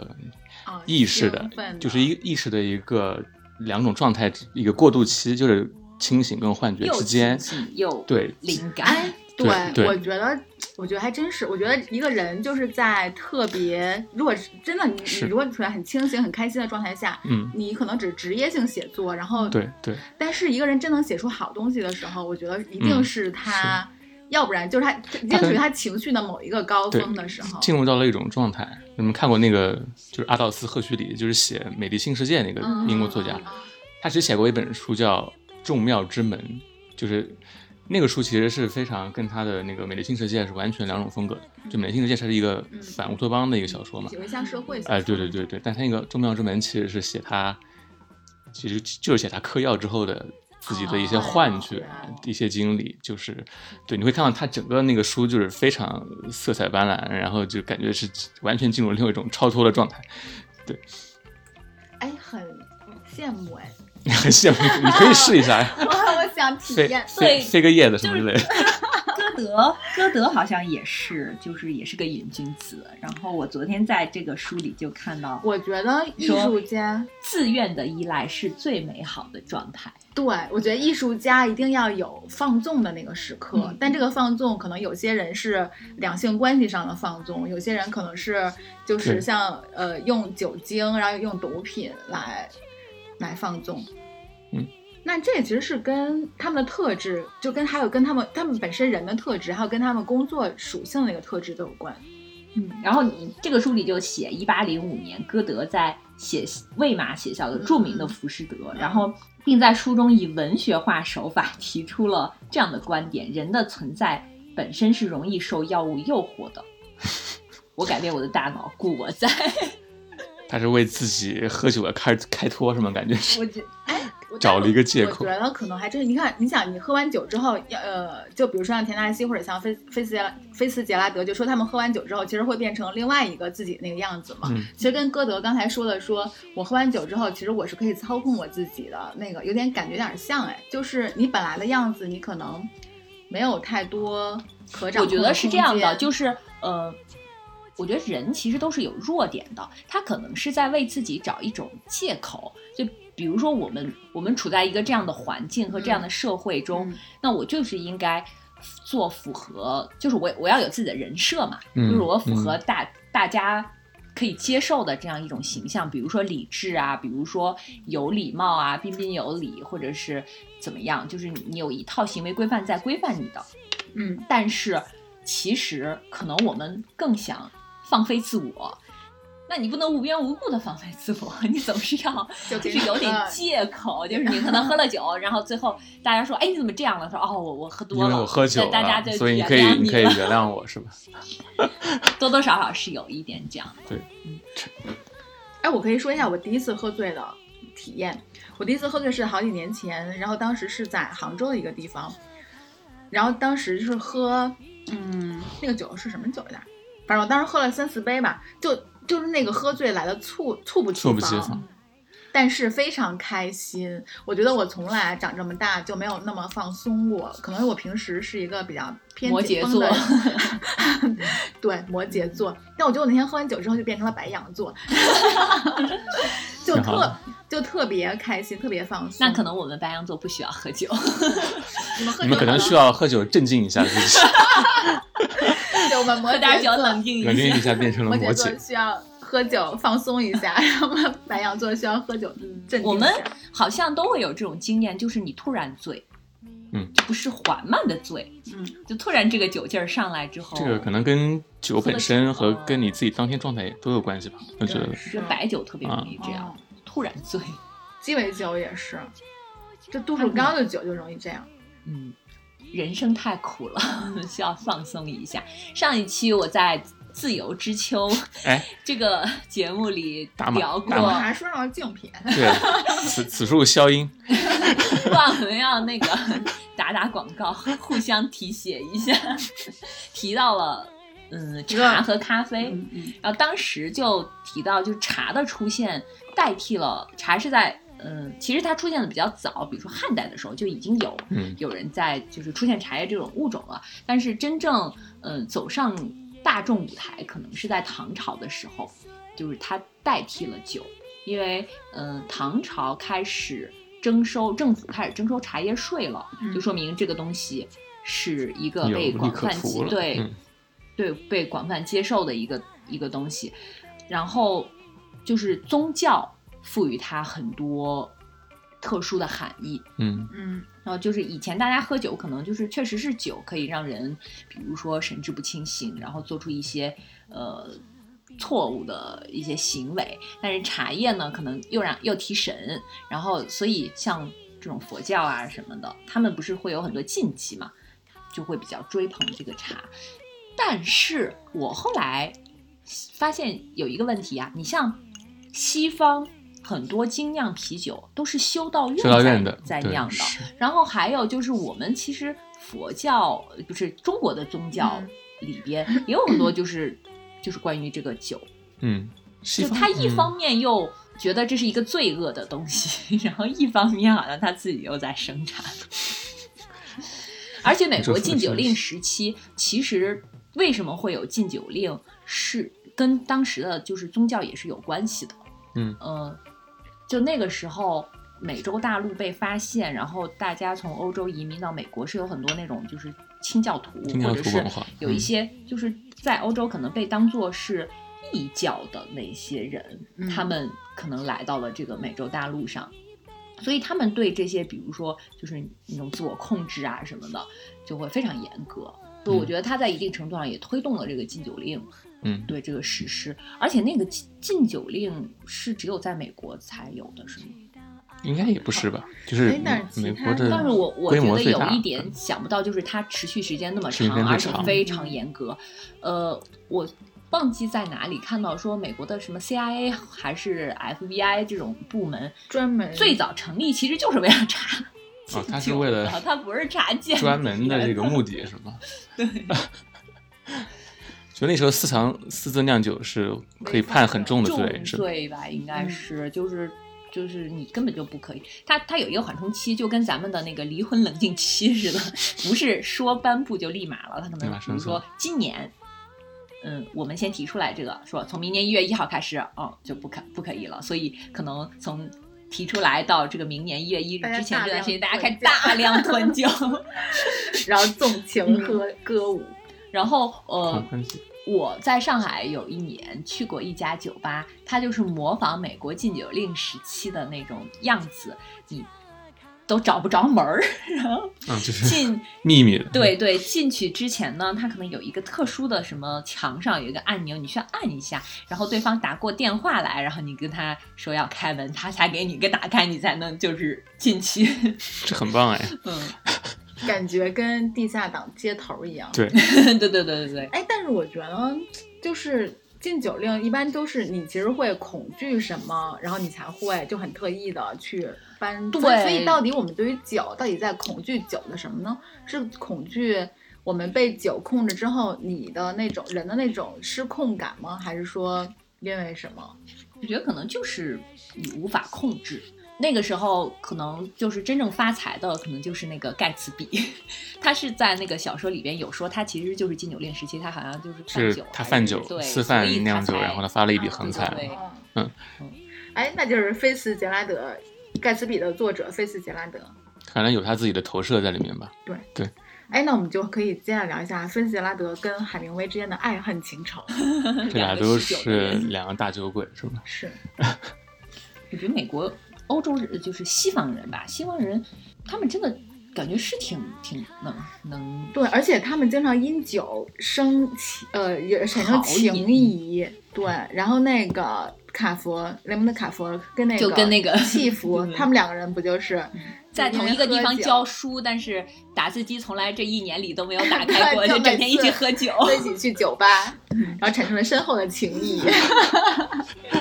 Speaker 3: 啊，
Speaker 2: 意识的
Speaker 3: 兴，奋的
Speaker 2: 就是一个意识的一个两种状态，一个过渡期，就是清醒跟幻觉
Speaker 1: 又
Speaker 2: 之间，
Speaker 1: 亲近又
Speaker 2: 对
Speaker 1: 灵感
Speaker 3: 哎，，
Speaker 2: 对对
Speaker 3: 我觉得，我觉得还真是，我觉得一个人就是在特别，如果是真的你，
Speaker 2: 是
Speaker 3: 你如果处在很清醒、很开心的状态下，
Speaker 2: 嗯，
Speaker 3: 你可能只是职业性写作，然后，
Speaker 2: 对对，
Speaker 3: 但是一个人真能写出好东西的时候，我觉得一定
Speaker 2: 嗯
Speaker 3: 是他，要不然就是他一定
Speaker 2: 他
Speaker 3: 属于
Speaker 2: 跟
Speaker 3: 他情绪的某一个高
Speaker 2: 对
Speaker 3: 峰的时候，
Speaker 2: 进入到了一种状态。你们看过那个就是阿道斯·赫胥黎，就是写《美丽新世界》那个
Speaker 3: 嗯
Speaker 2: 英国作家，
Speaker 3: 嗯嗯
Speaker 2: 他只写过一本书叫《众妙之门》，就是那个书其实是非常跟他的那个《美丽新世界》是完全两种风格的。就《美丽新世界》它是一个
Speaker 3: 嗯
Speaker 2: 反乌托邦的一个小说嘛，
Speaker 3: 有一项社会性，
Speaker 2: 哎，对对对对，但他那个《众妙之门》其实是写他，其实就是写他嗑药之后的自己的一些
Speaker 3: 哦
Speaker 2: 幻觉、
Speaker 3: 哦
Speaker 2: 一些经历，就是对，你会看到他整个那个书就是非常色彩斑斓，然后就感觉是完全进入另外一种超脱的状态，
Speaker 3: 哎，很羡慕 哎，，
Speaker 2: 很羡慕，你可以试一 下呀
Speaker 3: 我想体
Speaker 2: 飞
Speaker 3: 验，
Speaker 2: 飞
Speaker 1: 对
Speaker 2: 飞个叶子什么之类的，
Speaker 1: 歌德，歌德好像也是，就是也是个瘾君子。然后我昨天在这个书里就看到，
Speaker 3: 我觉得艺
Speaker 1: 说
Speaker 3: 术家。
Speaker 1: 自愿的依赖是最美好的状态。
Speaker 3: 对，我觉得艺术家一定要有放纵的那个时刻，
Speaker 1: 嗯
Speaker 3: 但这个放纵可能有些人是两性关系上的放纵，有些人可能是就是
Speaker 2: 对
Speaker 3: 像呃用酒精，然后用毒品来来放纵。
Speaker 2: 嗯，
Speaker 3: 那这也其实是跟他们的特质，就跟还有跟他们他们本身人的特质，还有跟他们工作属性的那个特质都有关。
Speaker 1: 嗯，然后你这个书里就写，一八零五年，歌德在写魏玛写下的著名的《浮士德》，然后并在书中以文学化手法提出了这样的观点：人的存在本身是容易受药物诱惑的。 我改变我的大脑，故我在。
Speaker 2: 他是为自己喝酒的开开脱，什么感觉是？
Speaker 1: 我觉
Speaker 3: 我
Speaker 2: 找了一个借口
Speaker 3: 我觉得可能还真，你看，你想，你喝完酒之后，要呃，就比如说像田纳西或者像菲菲斯杰拉菲斯杰拉德，就说他们喝完酒之后，其实会变成另外一个自己那个样子嘛。
Speaker 2: 嗯
Speaker 3: 其实跟歌德刚才说的说，我喝完酒之后，其实我是可以操控我自己的那个，有点感觉有点像哎，就是你本来的样子，你可能没有太多可掌控
Speaker 1: 我觉得是这样的，就是是呃，我觉得人其实都是有弱点的，他可能是在为自己找一种借口，就。比如说，我们我们处在一个这样的环境和这样的社会中，
Speaker 3: 嗯
Speaker 1: 那我就是应该做符合，就是我我要有自己的人设嘛，
Speaker 2: 嗯
Speaker 1: 就是我符合大、大家可以接受的这样一种形象，比如说理智啊，比如说有礼貌啊，彬彬有礼，或者是怎么样，就是你你有一套行为规范在规范你的。
Speaker 3: 嗯，
Speaker 1: 但是其实可能我们更想放飞自我。那你不能无缘无故的放飞自我， 你总是要
Speaker 3: 就
Speaker 1: 就
Speaker 3: 给
Speaker 1: 是有点
Speaker 3: 呃
Speaker 1: 借口，就是你可能喝了酒，然后最后大家说，哎，你怎么这样了？说哦，我我喝
Speaker 2: 因
Speaker 1: 多
Speaker 2: 为
Speaker 1: 了，
Speaker 2: 我喝酒
Speaker 1: 对大家
Speaker 2: 了
Speaker 1: 就，
Speaker 2: 所以你
Speaker 1: 原
Speaker 2: 可以
Speaker 1: 谅
Speaker 2: 你
Speaker 1: 你
Speaker 2: 可以
Speaker 1: 了
Speaker 2: 原谅我 是吧？
Speaker 1: 多多少少是有一点这样的。
Speaker 3: 哎，我可以说一下我第一次喝醉的体验。我第一次喝醉是好几年前，然后当时是在杭州的一个地方，然后当时是喝，嗯，那个酒是什么酒来着？反正我当时喝了三四杯吧，就就是那个喝醉来的猝猝不及
Speaker 2: 猝不及
Speaker 3: 防
Speaker 2: 防，
Speaker 3: 但是非常开心。我觉得我从来长这么大就没有那么放松过，可能我平时是一个比较偏
Speaker 1: 摩
Speaker 3: 紧
Speaker 1: 羯
Speaker 3: 绷
Speaker 1: 座
Speaker 3: 的 人对摩羯座。
Speaker 1: 嗯
Speaker 3: 但我觉得我那天喝完酒之后就变成了白羊 座，就
Speaker 2: 挺好
Speaker 3: 特就特别开心，特别放松。
Speaker 1: 那可能我们白羊座不需要喝酒，
Speaker 3: 你们喝
Speaker 2: 你
Speaker 3: 酒
Speaker 2: 们可能需要喝酒镇静一下自 己，
Speaker 3: 对我们摩
Speaker 1: 喝点
Speaker 3: 羯
Speaker 1: 酒
Speaker 3: 座，
Speaker 1: 冷静
Speaker 2: 冷
Speaker 1: 一
Speaker 2: 静
Speaker 1: 下
Speaker 2: 一。下变成了
Speaker 3: 摩
Speaker 2: 摩
Speaker 3: 羯座
Speaker 2: 羯。
Speaker 3: 需要喝酒放松一下，然后白羊座需要喝酒镇定一下。
Speaker 1: 嗯我们好像都会有这种经验，就是你突然醉，
Speaker 2: 嗯
Speaker 1: 就不是缓慢的醉，
Speaker 3: 嗯，
Speaker 1: 就突然这个酒劲儿上来之后，
Speaker 2: 这个可能跟酒本身和跟
Speaker 1: 哦
Speaker 2: 你自己当天状态也都有关系吧，我觉得
Speaker 3: 对。
Speaker 1: 就白酒特别容易这样、
Speaker 3: 哦
Speaker 1: 突然醉。
Speaker 3: 鸡尾酒也是，这度数高的酒就容易这样。
Speaker 1: 嗯，人生太苦了，
Speaker 2: 嗯
Speaker 1: 需要放松一下。上一期我在《自由之秋》
Speaker 2: 哎，
Speaker 1: 这个节目里
Speaker 2: 打码
Speaker 1: 聊过
Speaker 2: 打
Speaker 3: 我
Speaker 2: 码
Speaker 3: 还说上了竞品，
Speaker 2: 对，此此处消音。
Speaker 1: 忘了要那个 打打广告，互相提携一下。 提到了嗯茶和咖啡，
Speaker 3: 嗯嗯，
Speaker 1: 然后当时就提到，就茶的出现代替了茶是在嗯，其实它出现的比较早，比如说汉代的时候就已经有
Speaker 2: 嗯，
Speaker 1: 有人在就是出现茶叶这种物种了，但是真正嗯走上大众舞台，可能是在唐朝的时候，就是它代替了酒，因为嗯唐朝开始征收政府开始征收茶叶税了，
Speaker 3: 嗯
Speaker 1: 就说明这个东西是一个
Speaker 2: 有
Speaker 1: 被
Speaker 2: 利
Speaker 1: 广
Speaker 2: 可
Speaker 1: 泛
Speaker 2: 图了。
Speaker 1: 对、
Speaker 2: 嗯
Speaker 1: 对被广泛接受的一个一个东西，然后就是宗教赋予它很多特殊的含义，
Speaker 2: 嗯
Speaker 3: 嗯
Speaker 1: 然后就是以前大家喝酒，可能就是确实是酒可以让人，比如说神志不清醒，然后做出一些呃错误的一些行为。但是茶叶呢，可能又让又提神，然后所以像这种佛教啊什么的，他们不是会有很多禁忌嘛，就会比较追捧这个茶。但是我后来发现有一个问题啊，你像西方很多精酿啤酒都是修道院
Speaker 2: 修道院
Speaker 1: 在
Speaker 2: 的
Speaker 1: 在
Speaker 2: 对
Speaker 1: 酿的，
Speaker 2: 是
Speaker 1: 然后还有就是我们其实佛教呃不是中国的宗教
Speaker 3: 嗯
Speaker 1: 里边也有很多就是就是关于这个酒，
Speaker 2: 嗯，西
Speaker 1: 就
Speaker 2: 方
Speaker 1: 他一
Speaker 2: 嗯
Speaker 1: 方面又觉得这是一个罪恶的东西，然后一方面好像他自己又在生产。而且美国禁酒令时期，其实为什么会有禁酒令，是跟当时的就是宗教也是有关系的。
Speaker 2: 嗯
Speaker 1: 呃，就那个时候。美洲大陆被发现，然后大家从欧洲移民到美国，是有很多那种就是清教徒，
Speaker 2: 清教
Speaker 1: 或者
Speaker 2: 徒
Speaker 1: 是
Speaker 2: 文化
Speaker 1: 有一
Speaker 2: 嗯
Speaker 1: 些就是在欧洲可能被当做是异教的那些人，
Speaker 3: 嗯
Speaker 1: 他们可能来到了这个美洲大陆上，所以他们对这些比如说就是那种自我控制啊什么的，就会非常严格。所以我
Speaker 2: 嗯
Speaker 1: 觉得他在一定程度上也推动了这个禁酒令
Speaker 2: 嗯
Speaker 1: 对这个实施，而且那个禁禁酒令是只有在美国才有的，是吗？
Speaker 2: 应该也不是吧？就是
Speaker 3: 哎但是其
Speaker 2: 美
Speaker 3: 他
Speaker 2: 国的，
Speaker 1: 但是我我
Speaker 2: 嗯规
Speaker 1: 觉
Speaker 2: 模
Speaker 1: 得
Speaker 2: 最
Speaker 1: 有
Speaker 2: 大嗯
Speaker 1: 一点想不到，就是它持续时间那么
Speaker 2: 时间
Speaker 1: 长，
Speaker 2: 会
Speaker 1: 而且
Speaker 2: 长嗯
Speaker 1: 非常严格。呃，我忘记在哪里看到说美国的什么 CIA 还是 FBI 这种部门
Speaker 3: 专门
Speaker 1: 最早成立其实就是为了查
Speaker 2: 哦，他是
Speaker 1: 酒
Speaker 2: 为
Speaker 1: 的
Speaker 2: 了
Speaker 1: 啊它不是查戒指
Speaker 2: 专门的这个目的是 吧？对。就那时候私藏私自酿酒是可以判很重的罪，
Speaker 1: 重
Speaker 2: 是吧？
Speaker 1: 罪吧，应该
Speaker 3: 嗯
Speaker 1: 是、就是。就是你根本就不可以，它它有一个缓冲期，就跟咱们的那个离婚冷静期似的，不是说颁布就立马了，它可
Speaker 2: 立
Speaker 1: 能
Speaker 2: 马
Speaker 1: 比
Speaker 2: 生
Speaker 1: 如
Speaker 2: 效
Speaker 1: 说今年，嗯，我们先提出来这个，说从明年一月一号开始，哦，就不可不可以了，所以可能从提出来到这个明年一月一日
Speaker 3: 大家
Speaker 1: 之前
Speaker 3: 大
Speaker 1: 这段时间，
Speaker 3: 量
Speaker 1: 大家开始
Speaker 3: 囤酒
Speaker 1: 大量 囤酒，
Speaker 3: 然后纵
Speaker 1: 嗯
Speaker 3: 情歌歌舞，
Speaker 1: 然后呃
Speaker 2: 没，关系，
Speaker 1: 我在上海有一年去过一家酒吧，它就是模仿美国禁酒令时期的那种样子，你都找不着门儿。 然后
Speaker 2: 嗯，就是
Speaker 1: 进，
Speaker 2: 秘密的，
Speaker 1: 对对，进去之前呢，它可能有一个特殊的什么墙上有一个按钮，你需要按一下，然后对方打过电话来，然后你跟他说要开门，他才给你给打开，你才能就是进去。
Speaker 2: 这很棒哎，
Speaker 1: 嗯，
Speaker 3: 感觉跟地下党街头一样。
Speaker 2: 对，
Speaker 1: 对对对对对，
Speaker 3: 哎，但是我觉得就是禁酒令一般都是你其实会恐惧什么，然后你才会就很特意的去搬。
Speaker 1: 对
Speaker 3: 所以所以到底我们对于酒到底在恐惧酒的什么呢？是恐惧我们被酒控制之后你的那种人的那种失控感吗？还是说因为什么？
Speaker 1: 我觉得可能就是你无法控制。那个时候可能就是真正发财的，可能就是那个盖茨比，他是在那个小说里边有说，他其实就是禁酒令时期，他好像就是贩
Speaker 2: 是
Speaker 1: 酒还是，
Speaker 2: 他贩酒、
Speaker 1: 对，
Speaker 2: 私
Speaker 1: 所以
Speaker 2: 贩
Speaker 1: 他
Speaker 2: 酿酒，
Speaker 1: 才
Speaker 2: 然后他发了一笔
Speaker 3: 啊
Speaker 2: 横
Speaker 1: 对
Speaker 2: 财
Speaker 1: 对
Speaker 2: 嘛。
Speaker 3: 哦
Speaker 2: 嗯
Speaker 1: 嗯
Speaker 3: 哎，那就是菲茨杰拉德，盖茨比的作者菲茨杰拉德。
Speaker 2: 可能有他自己的投射在里面吧。
Speaker 3: 哎，那我们就可以接下来聊一下菲茨杰拉德跟海明威之间的爱恨情仇。
Speaker 2: 这
Speaker 1: 两
Speaker 2: 俩
Speaker 1: 个
Speaker 2: 都
Speaker 1: 持久的
Speaker 2: 是
Speaker 1: 人
Speaker 2: 两个大酒鬼，是吧？
Speaker 3: 是，
Speaker 1: 我觉得美国、欧洲人就是西方人吧，西方人他们真的感觉是挺挺能能
Speaker 3: 对，而且他们经常因酒生情，呃，也产生
Speaker 1: 好
Speaker 3: 情
Speaker 1: 饮
Speaker 3: 谊。对，然后那个卡佛，雷蒙德卡佛跟那个
Speaker 1: 就跟那个
Speaker 3: 契 福
Speaker 1: 嗯，
Speaker 3: 他们两个人不就是
Speaker 1: 在同一个地方教书，但是打字机从来这一年里都 没有打开过，
Speaker 3: 就
Speaker 1: 就
Speaker 3: 每
Speaker 1: 整天一
Speaker 3: 次
Speaker 1: 起喝酒。
Speaker 3: 在一起去酒吧，然后产生了深厚的情谊。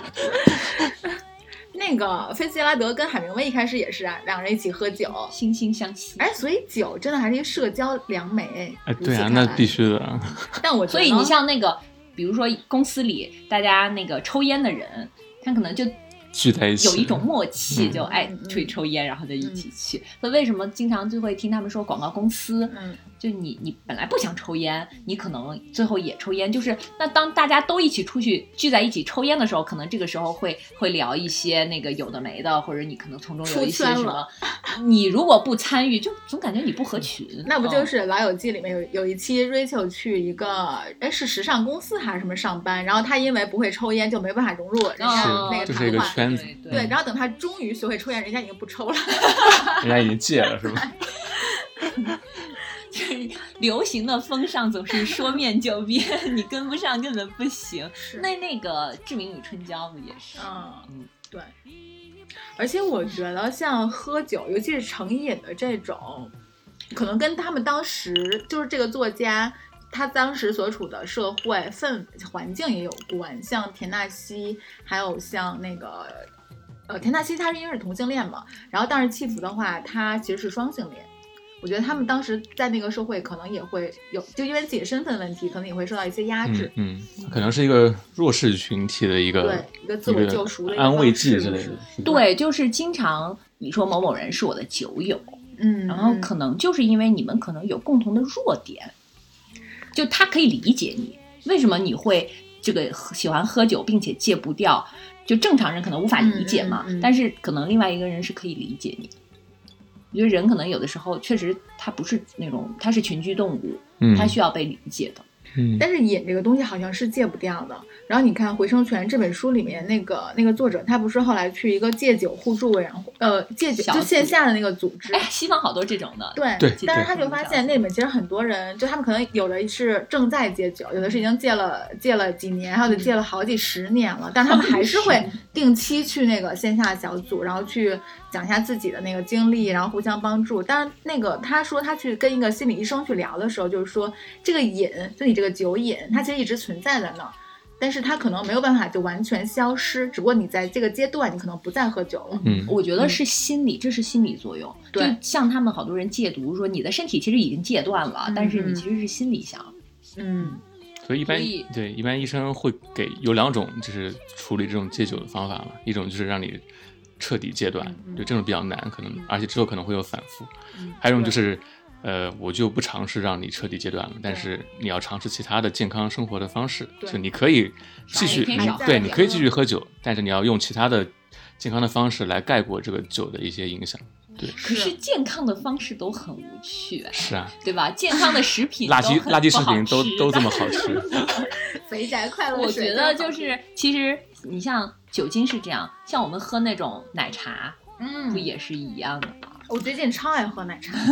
Speaker 3: 那个菲茨杰拉德跟海明威一开始也是啊，两个人一起喝酒。
Speaker 1: 惺惺相惜。
Speaker 3: 哎，所以酒真的还是一个社交良媒。
Speaker 2: 哎，
Speaker 3: 如
Speaker 2: 对
Speaker 3: 此
Speaker 2: 啊，
Speaker 3: 看
Speaker 2: 那
Speaker 3: 来
Speaker 2: 必。须的。
Speaker 3: 但我觉
Speaker 1: 所
Speaker 3: 得
Speaker 1: 以你像那个，比如说公司里大家那个抽烟的人，他可能就
Speaker 2: 聚在一起
Speaker 1: 有一种默契，
Speaker 2: 嗯
Speaker 1: 就爱
Speaker 3: 嗯嗯
Speaker 1: 出去抽烟，然后就一起去。所以为什么经常就会听他们说广告公司，
Speaker 3: 嗯，
Speaker 1: 就你你本来不想抽烟，你可能最后也抽烟。就是那当大家都一起出去聚在一起抽烟的时候，可能这个时候会会聊一些那个有的没的，或者你可能从中有一些
Speaker 3: 出圈
Speaker 1: 什么
Speaker 3: 了。
Speaker 1: 你如果不参与，就总感觉你不合群。
Speaker 3: 那不就
Speaker 1: 嗯
Speaker 3: 是《老友记》里面有有一期 Rachel 去一个哎是时尚公司还是什么上班，然后她因为不会抽烟就没办法融入人家
Speaker 1: 哦
Speaker 3: 那
Speaker 2: 是，
Speaker 3: 个
Speaker 2: 就是一
Speaker 3: 谈
Speaker 2: 个
Speaker 3: 话。
Speaker 2: 圈子
Speaker 1: 对，对
Speaker 3: 对，
Speaker 2: 嗯
Speaker 3: 然后等她终于学会抽烟，人家已经不抽了。
Speaker 2: 人家已经戒了，是 吧？
Speaker 1: 就是 流行的风尚总是说变就变，你跟不上根本不行。
Speaker 3: 是
Speaker 1: 那那个《志明与春娇》不也是？
Speaker 3: 嗯
Speaker 1: 嗯，
Speaker 3: 对。而且我觉得像喝酒，尤其是成瘾的这种，可能跟他们当时就是这个作家他当时所处的社会氛环境也有关。像田纳西，还有像那个。呃，田纳西他是因为是同性恋嘛，然后但是契福的话，他其实是双性恋。我觉得他们当时在那个社会可能也会有，就因为自己身份问题，可能也会受到一些压制。
Speaker 2: 嗯嗯，可能是一个弱势群体的一
Speaker 3: 对
Speaker 2: 个，
Speaker 3: 一个自我救赎的一个
Speaker 2: 安慰
Speaker 3: 方式
Speaker 2: 剂之类
Speaker 3: 是
Speaker 2: 的。是吧，
Speaker 1: 对，就是经常你说某某人是我的酒友，
Speaker 3: 嗯，
Speaker 1: 然后可能就是因为你们可能有共同的弱点，就他可以理解你为什么你会这个喝喜欢喝酒并且戒不掉，就正常人可能无法理解嘛，
Speaker 3: 嗯嗯嗯
Speaker 1: 但是可能另外一个人是可以理解你。我觉得人可能有的时候确实他不是那种他是群居动物，
Speaker 2: 嗯，
Speaker 1: 他需要被理解的。
Speaker 2: 嗯，
Speaker 3: 但是瘾这个东西好像是戒不掉的。然后你看《回声泉》这本书里面那个那个作者，他不是后来去一个戒酒互助委员会，呃，戒酒
Speaker 1: 小
Speaker 3: 就
Speaker 1: 组
Speaker 3: 线下的那个组织。
Speaker 1: 哎，西方好多这种的，
Speaker 3: 对，
Speaker 2: 对
Speaker 3: 但是
Speaker 2: 对
Speaker 3: 他就发现那里面其实很多人，就他们可能有的是正在戒酒，有的是已经戒了戒了几年，还有的
Speaker 1: 嗯
Speaker 3: 戒了好几十年了，但他们还 是会定期去那个线下小组，然后去讲一下自己的那个经历，然后互相帮助。但是那个他说他去跟一个心理医生去聊的时候，就是说这个瘾，就你这个酒瘾，它其实一直存在在那儿。但是它可能没有办法就完全消失，只不过你在这个阶段，你可能不再喝酒了。
Speaker 2: 嗯
Speaker 1: 我觉得是心理，这是心理作用。
Speaker 3: 对
Speaker 1: 就像他们好多人戒毒，说你的身体其实已经戒断了，
Speaker 3: 嗯
Speaker 1: 但是
Speaker 3: 嗯
Speaker 1: 你其实是心里想。
Speaker 3: 嗯，
Speaker 2: 所以一般
Speaker 1: 所以
Speaker 2: 对一般医生会给有两种就是处理这种戒酒的方法嘛，一种就是让你彻底戒断，
Speaker 1: 嗯
Speaker 2: 就这种比较难，可能而且之后可能会有反复；还有一种就是，呃，我就不尝试让你彻底戒断了，但是你要尝试其他的健康生活的方式，
Speaker 3: 对
Speaker 2: 就你可以继续
Speaker 1: 少一嗯天
Speaker 2: 你
Speaker 1: 少
Speaker 2: 对，
Speaker 3: 一
Speaker 2: 你
Speaker 3: 点
Speaker 2: 可以继续喝酒，但是你要用其他的健康的方式来盖过这个酒的一些影响。
Speaker 1: 可是健康的方式都很无趣，
Speaker 2: 是啊，
Speaker 1: 对吧？健康的食品
Speaker 2: 垃圾
Speaker 1: 都很
Speaker 2: 垃圾
Speaker 1: 不
Speaker 2: 食
Speaker 1: 好
Speaker 2: 品都
Speaker 1: 吃
Speaker 2: 都 这么好吃，
Speaker 3: 肥宅快乐
Speaker 1: 我
Speaker 3: 水
Speaker 1: 觉得
Speaker 3: 真好
Speaker 1: 就是，其实你像酒精是这样，像我们喝那种奶茶，
Speaker 3: 嗯
Speaker 1: 不也是一样的吗？
Speaker 3: 我最近超爱喝奶茶，
Speaker 1: 哎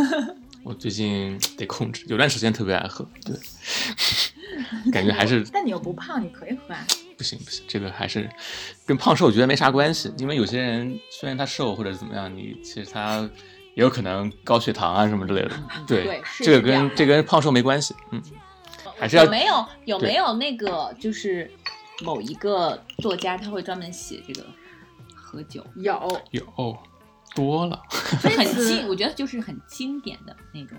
Speaker 2: 我最近得控制，有段时间特别爱喝，对， 感觉还 是
Speaker 3: 但你又不胖，你可以喝啊。
Speaker 2: 不行不行，这个还是跟胖瘦我觉得没啥关系，因为有些人虽然他瘦或者怎么样，你其实他也有可能高血糖啊什么之类的，对，
Speaker 1: 嗯对是
Speaker 2: 这个
Speaker 1: 这样
Speaker 2: 跟这跟胖瘦没关系，嗯，还是要
Speaker 1: 有没有有
Speaker 2: 对
Speaker 1: 没有那个就是某一个作家他会专门写这个喝酒，
Speaker 3: 有，
Speaker 2: 有哦多了，
Speaker 1: 就很
Speaker 3: 此
Speaker 1: 经，我觉得就是很经典的那种。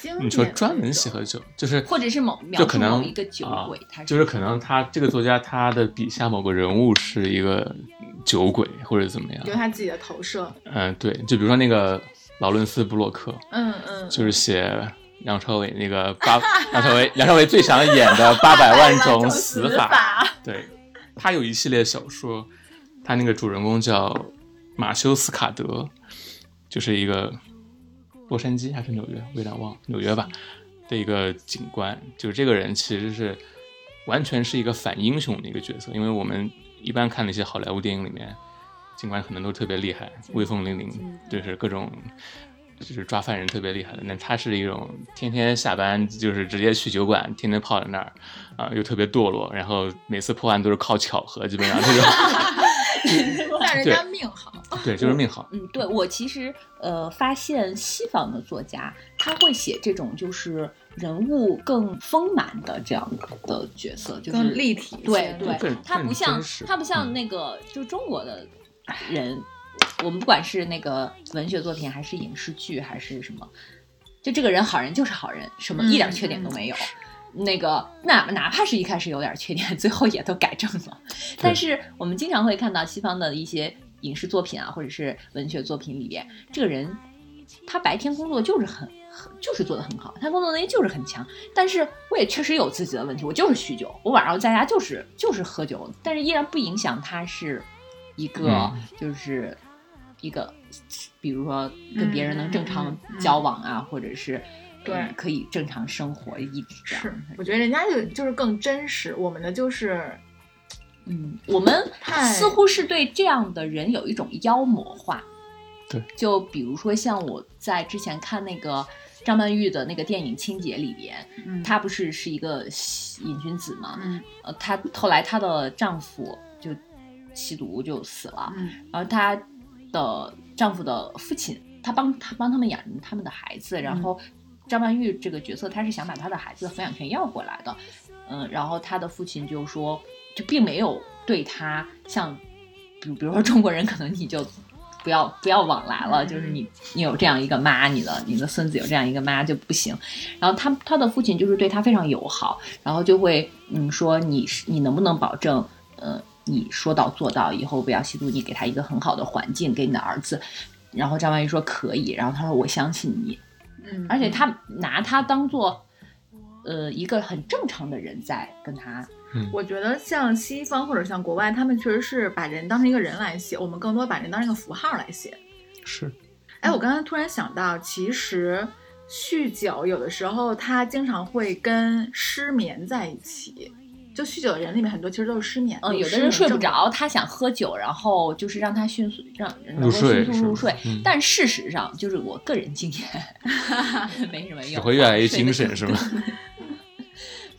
Speaker 3: 经
Speaker 2: 你说
Speaker 3: 典
Speaker 2: 专门喜
Speaker 3: 的
Speaker 2: 欢酒，就是
Speaker 1: 或者是某
Speaker 2: 就
Speaker 1: 描
Speaker 2: 可
Speaker 1: 述某
Speaker 2: 能
Speaker 1: 一个酒
Speaker 2: 啊
Speaker 1: 鬼，他
Speaker 2: 就是 可能他这个作家他的笔下某个人物是一个酒鬼或者怎么样
Speaker 3: 酒，有他自己的投射。
Speaker 2: 嗯，对，就比如说那个劳伦斯布洛克，
Speaker 3: 嗯嗯，
Speaker 2: 就是写梁朝伟那个八，梁朝伟梁朝伟最想演的八百万种
Speaker 3: 啊
Speaker 2: 死法。
Speaker 3: 法。
Speaker 2: 对，他有一系列小说，他那个主人公叫马修斯卡德，就是一个洛杉矶还是纽约，我有点忘，纽约吧的一个警官。就是这个人其实是完全是一个反英雄的一个角色，因为我们一般看那些好莱坞电影里面，警官可能都特别厉害，威风凛凛，就是各种就是抓犯人特别厉害的，那他是一种天天下班就是直接去酒馆，天天泡在那儿，啊、又特别堕落，然后每次破案都是靠巧合，基本上这 种，
Speaker 3: 但人家命好，
Speaker 2: 对，就是命好。
Speaker 1: 嗯，对我其实呃发现西方的作家他会写这种就是人物更丰满的这样的角色，就是
Speaker 3: 更立体一些。
Speaker 1: 对
Speaker 2: 对更
Speaker 1: 他不
Speaker 2: 更
Speaker 1: 像
Speaker 2: 真实
Speaker 1: 他不像
Speaker 2: 嗯
Speaker 1: 那个就中国的人，我们不管是那个文学作品还是影视剧还是什么，就这个人好人就是好人，什么
Speaker 3: 嗯
Speaker 1: 一点缺点都没有。那个哪哪怕是一开始有点缺点，最后也都改正了。但是我们经常会看到西方的一些影视作品啊，或者是文学作品里边，这个人他白天工作就是很很就是做的很好，他工作能力就是很强，但是我也确实有自己的问题，我就是酗酒，我晚上在家就是就是喝酒，但是依然不影响他是一个、
Speaker 2: 嗯
Speaker 1: 就是一个，比如说跟别人能正常
Speaker 3: 嗯嗯嗯嗯
Speaker 1: 交往啊，或者是
Speaker 3: 对
Speaker 1: 嗯可以正常生活，一直这样。
Speaker 3: 是，我觉得人家就就是更真实，我们的就是
Speaker 1: 嗯，我们
Speaker 3: 太
Speaker 1: 似乎是对这样的人有一种妖魔化。
Speaker 2: 对，
Speaker 1: 就比如说像我在之前看那个张曼玉的那个电影《清洁》里边，
Speaker 3: 嗯
Speaker 1: 她不是是一个瘾君子嘛？
Speaker 3: 嗯
Speaker 1: 呃，她后来她的丈夫就吸毒就死了，
Speaker 3: 嗯
Speaker 1: 然后她的丈夫的父亲，她帮她帮他们养他们的孩子，
Speaker 3: 嗯
Speaker 1: 然后张曼玉这个角色，她是想把她的孩子的抚养权要过来的，嗯，然后她的父亲就说，就并没有对她像，比比如说中国人可能你就。不要不要往来了，
Speaker 3: 嗯
Speaker 1: 就是你你有这样一个妈，你的你的孙子有这样一个妈就不行。然后他他的父亲就是对他非常友好，然后就会嗯说你是你能不能保证呃你说到做到，以后不要吸毒，你给他一个很好的环境给你的儿子。然后张曼玉说可以，然后他说我相信你，
Speaker 3: 嗯，
Speaker 1: 而且他拿他当做呃一个很正常的人在跟他
Speaker 3: 我觉得像西方或者像国外，他们确实是把人当成一个人来写，我们更多把人当成一个符号来写。
Speaker 2: 是，
Speaker 1: 嗯
Speaker 3: 哎，我刚才突然想到，其实酗酒有的时候它经常会跟失眠在一起。就酗酒的人里面很多其实都是失眠，
Speaker 1: 嗯，有
Speaker 3: 失
Speaker 1: 的
Speaker 3: 眠
Speaker 1: 人睡不
Speaker 3: 症
Speaker 1: 着，他想喝酒，然后就是让他迅速让能够
Speaker 2: 入睡
Speaker 1: 迅速
Speaker 2: 是
Speaker 1: 入
Speaker 2: 吧
Speaker 1: 睡。
Speaker 2: 嗯
Speaker 1: 但事实上，就是我个人经 验，没什么
Speaker 2: 只
Speaker 1: 用，
Speaker 2: 会越来越
Speaker 1: 睡得
Speaker 2: 精神是吗？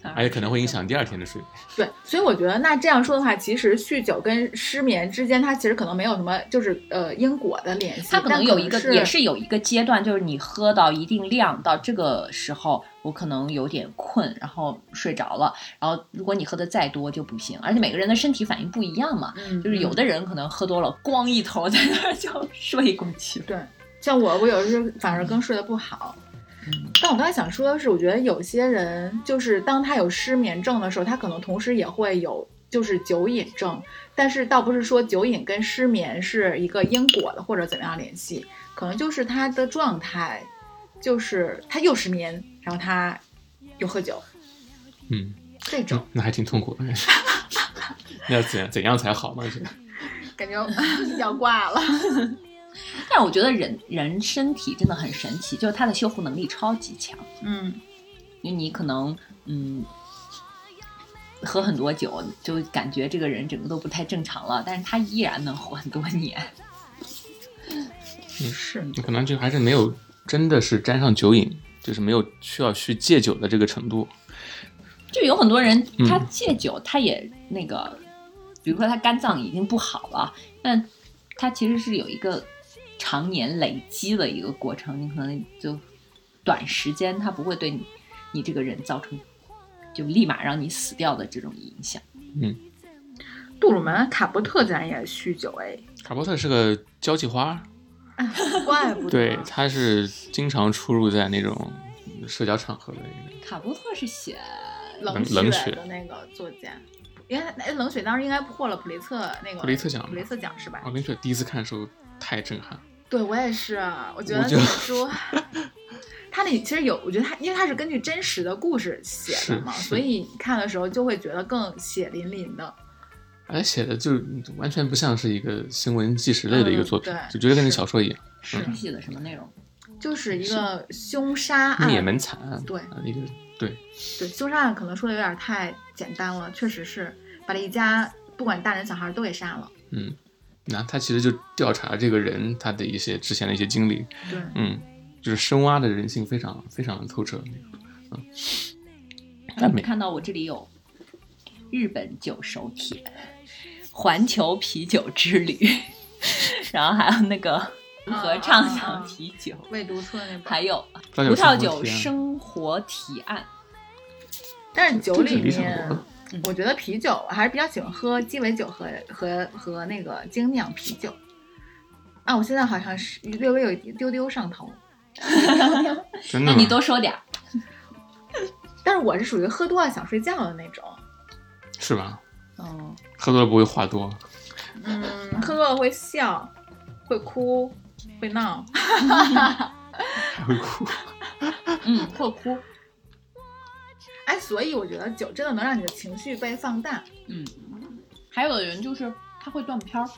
Speaker 1: 反
Speaker 2: 而且可能会影
Speaker 1: 是
Speaker 2: 响第二天的睡眠。
Speaker 3: 对，所以我觉得那这样说的话，其实酗酒跟失眠之间，它其实可能没有什么就是呃因果的联系，
Speaker 1: 它可能
Speaker 3: 但
Speaker 1: 有一个
Speaker 3: 是
Speaker 1: 也是有一个阶段，就是你喝到一定量，到这个时候我可能有点困，然后睡着了。然后如果你喝的再多就不行，而且每个人的身体反应不一样嘛，
Speaker 3: 嗯
Speaker 1: 就是有
Speaker 3: 嗯
Speaker 1: 的人可能喝多了，咣一头在那儿就 睡过去了。
Speaker 3: 对，像我，我有时候反而更睡得不好。但我刚才想说的是，我觉得有些人就是当他有失眠症的时候，他可能同时也会有就是酒瘾症，但是倒不是说酒瘾跟失眠是一个因果的或者怎么样联系，可能就是他的状态，就是他又失眠，然后他又喝酒
Speaker 2: 嗯，
Speaker 3: 这种。
Speaker 2: 那还挺痛苦的。 那要怎怎样才好呢？
Speaker 3: 感觉 要挂了。
Speaker 1: 但是我觉得人人身体真的很神奇，就是它的修复能力超级强。
Speaker 3: 嗯，
Speaker 1: 因为你可能嗯喝很多酒，就感觉这个人整个都不太正常了，但是他依然能活很多年。
Speaker 3: 是，
Speaker 2: 可能就还是没有真的是沾上酒瘾，就是没有需要去戒酒的这个程度。
Speaker 1: 就有很多人
Speaker 2: 嗯
Speaker 1: 他戒酒，他也那个，比如说他肝脏已经不好了，但他其实是有一个常年累积的一个过程，你可能就短时间他不会对你你这个人造成就立马让你死掉的这种影响。
Speaker 3: 杜鲁门卡伯特咱也酗酒哎，
Speaker 2: 卡波特是个交际花，
Speaker 3: 怪不得。
Speaker 2: 对，他是经常出入在那种社交场合的一
Speaker 1: 卡伯特是写
Speaker 3: 冷
Speaker 2: 冷冷
Speaker 3: 血
Speaker 2: 血
Speaker 3: 的那个作家，应该哎，冷血当时应该获了普利策那个
Speaker 2: 普利策奖哦
Speaker 3: 普利策奖是吧
Speaker 2: 个。？我跟你说，第一次看的时候太震撼了。
Speaker 3: 对我也是，我觉得
Speaker 2: 我
Speaker 3: 这
Speaker 2: 觉得
Speaker 3: 本 书，它里其实有，我觉得它因为它是根据真实的故事写的嘛，
Speaker 2: 是是
Speaker 3: 所以你看的时候就会觉得更血淋淋的。
Speaker 2: 而且写的就完全不像是一个新闻纪实类的一个作品，
Speaker 3: 嗯对
Speaker 2: 就觉得跟那
Speaker 3: 是
Speaker 2: 小说一样，
Speaker 3: 是
Speaker 1: 他写的什么内容？
Speaker 3: 就是一个凶杀案，
Speaker 2: 灭门惨案，
Speaker 3: 对
Speaker 2: 啊一个对，
Speaker 3: 对，凶杀案可能说的有点太简单了，确实是把这一家不管大人小孩都给杀了。
Speaker 2: 嗯，那他其实就调查这个人他的一些之前的一些经历，
Speaker 3: 对，
Speaker 2: 嗯，就是深挖的人性非常非常的透彻。嗯，但
Speaker 1: 你
Speaker 2: 美
Speaker 1: 看到我这里有日本酒手帖、环球啤酒之旅， 然后还有那个如何畅想啤酒，
Speaker 3: 未读册那本
Speaker 1: 还有
Speaker 2: 葡
Speaker 1: 葡萄酒
Speaker 2: 生
Speaker 1: 生活提案。
Speaker 3: 但是酒
Speaker 2: 这
Speaker 3: 里
Speaker 2: 是理想
Speaker 3: 面
Speaker 2: 国的，
Speaker 3: 我觉得啤酒我还是比较喜欢喝鸡尾酒和和和那个精酿啤酒。啊，我现在好像是略微有一丢丢上头，
Speaker 2: 真的
Speaker 1: 那
Speaker 2: 吗？
Speaker 1: 你多说点儿，
Speaker 3: 但是我是属于喝多了想睡觉的那种，
Speaker 2: 是吧？
Speaker 1: 嗯，
Speaker 2: 喝多了不会话多，
Speaker 3: 嗯，喝多了会笑，会哭，会闹。
Speaker 2: 还会哭。
Speaker 1: 嗯，会哭，
Speaker 3: 哎，所以我觉得酒真的能让你的情绪被放大。
Speaker 1: 嗯。还有的人就是他会断片儿，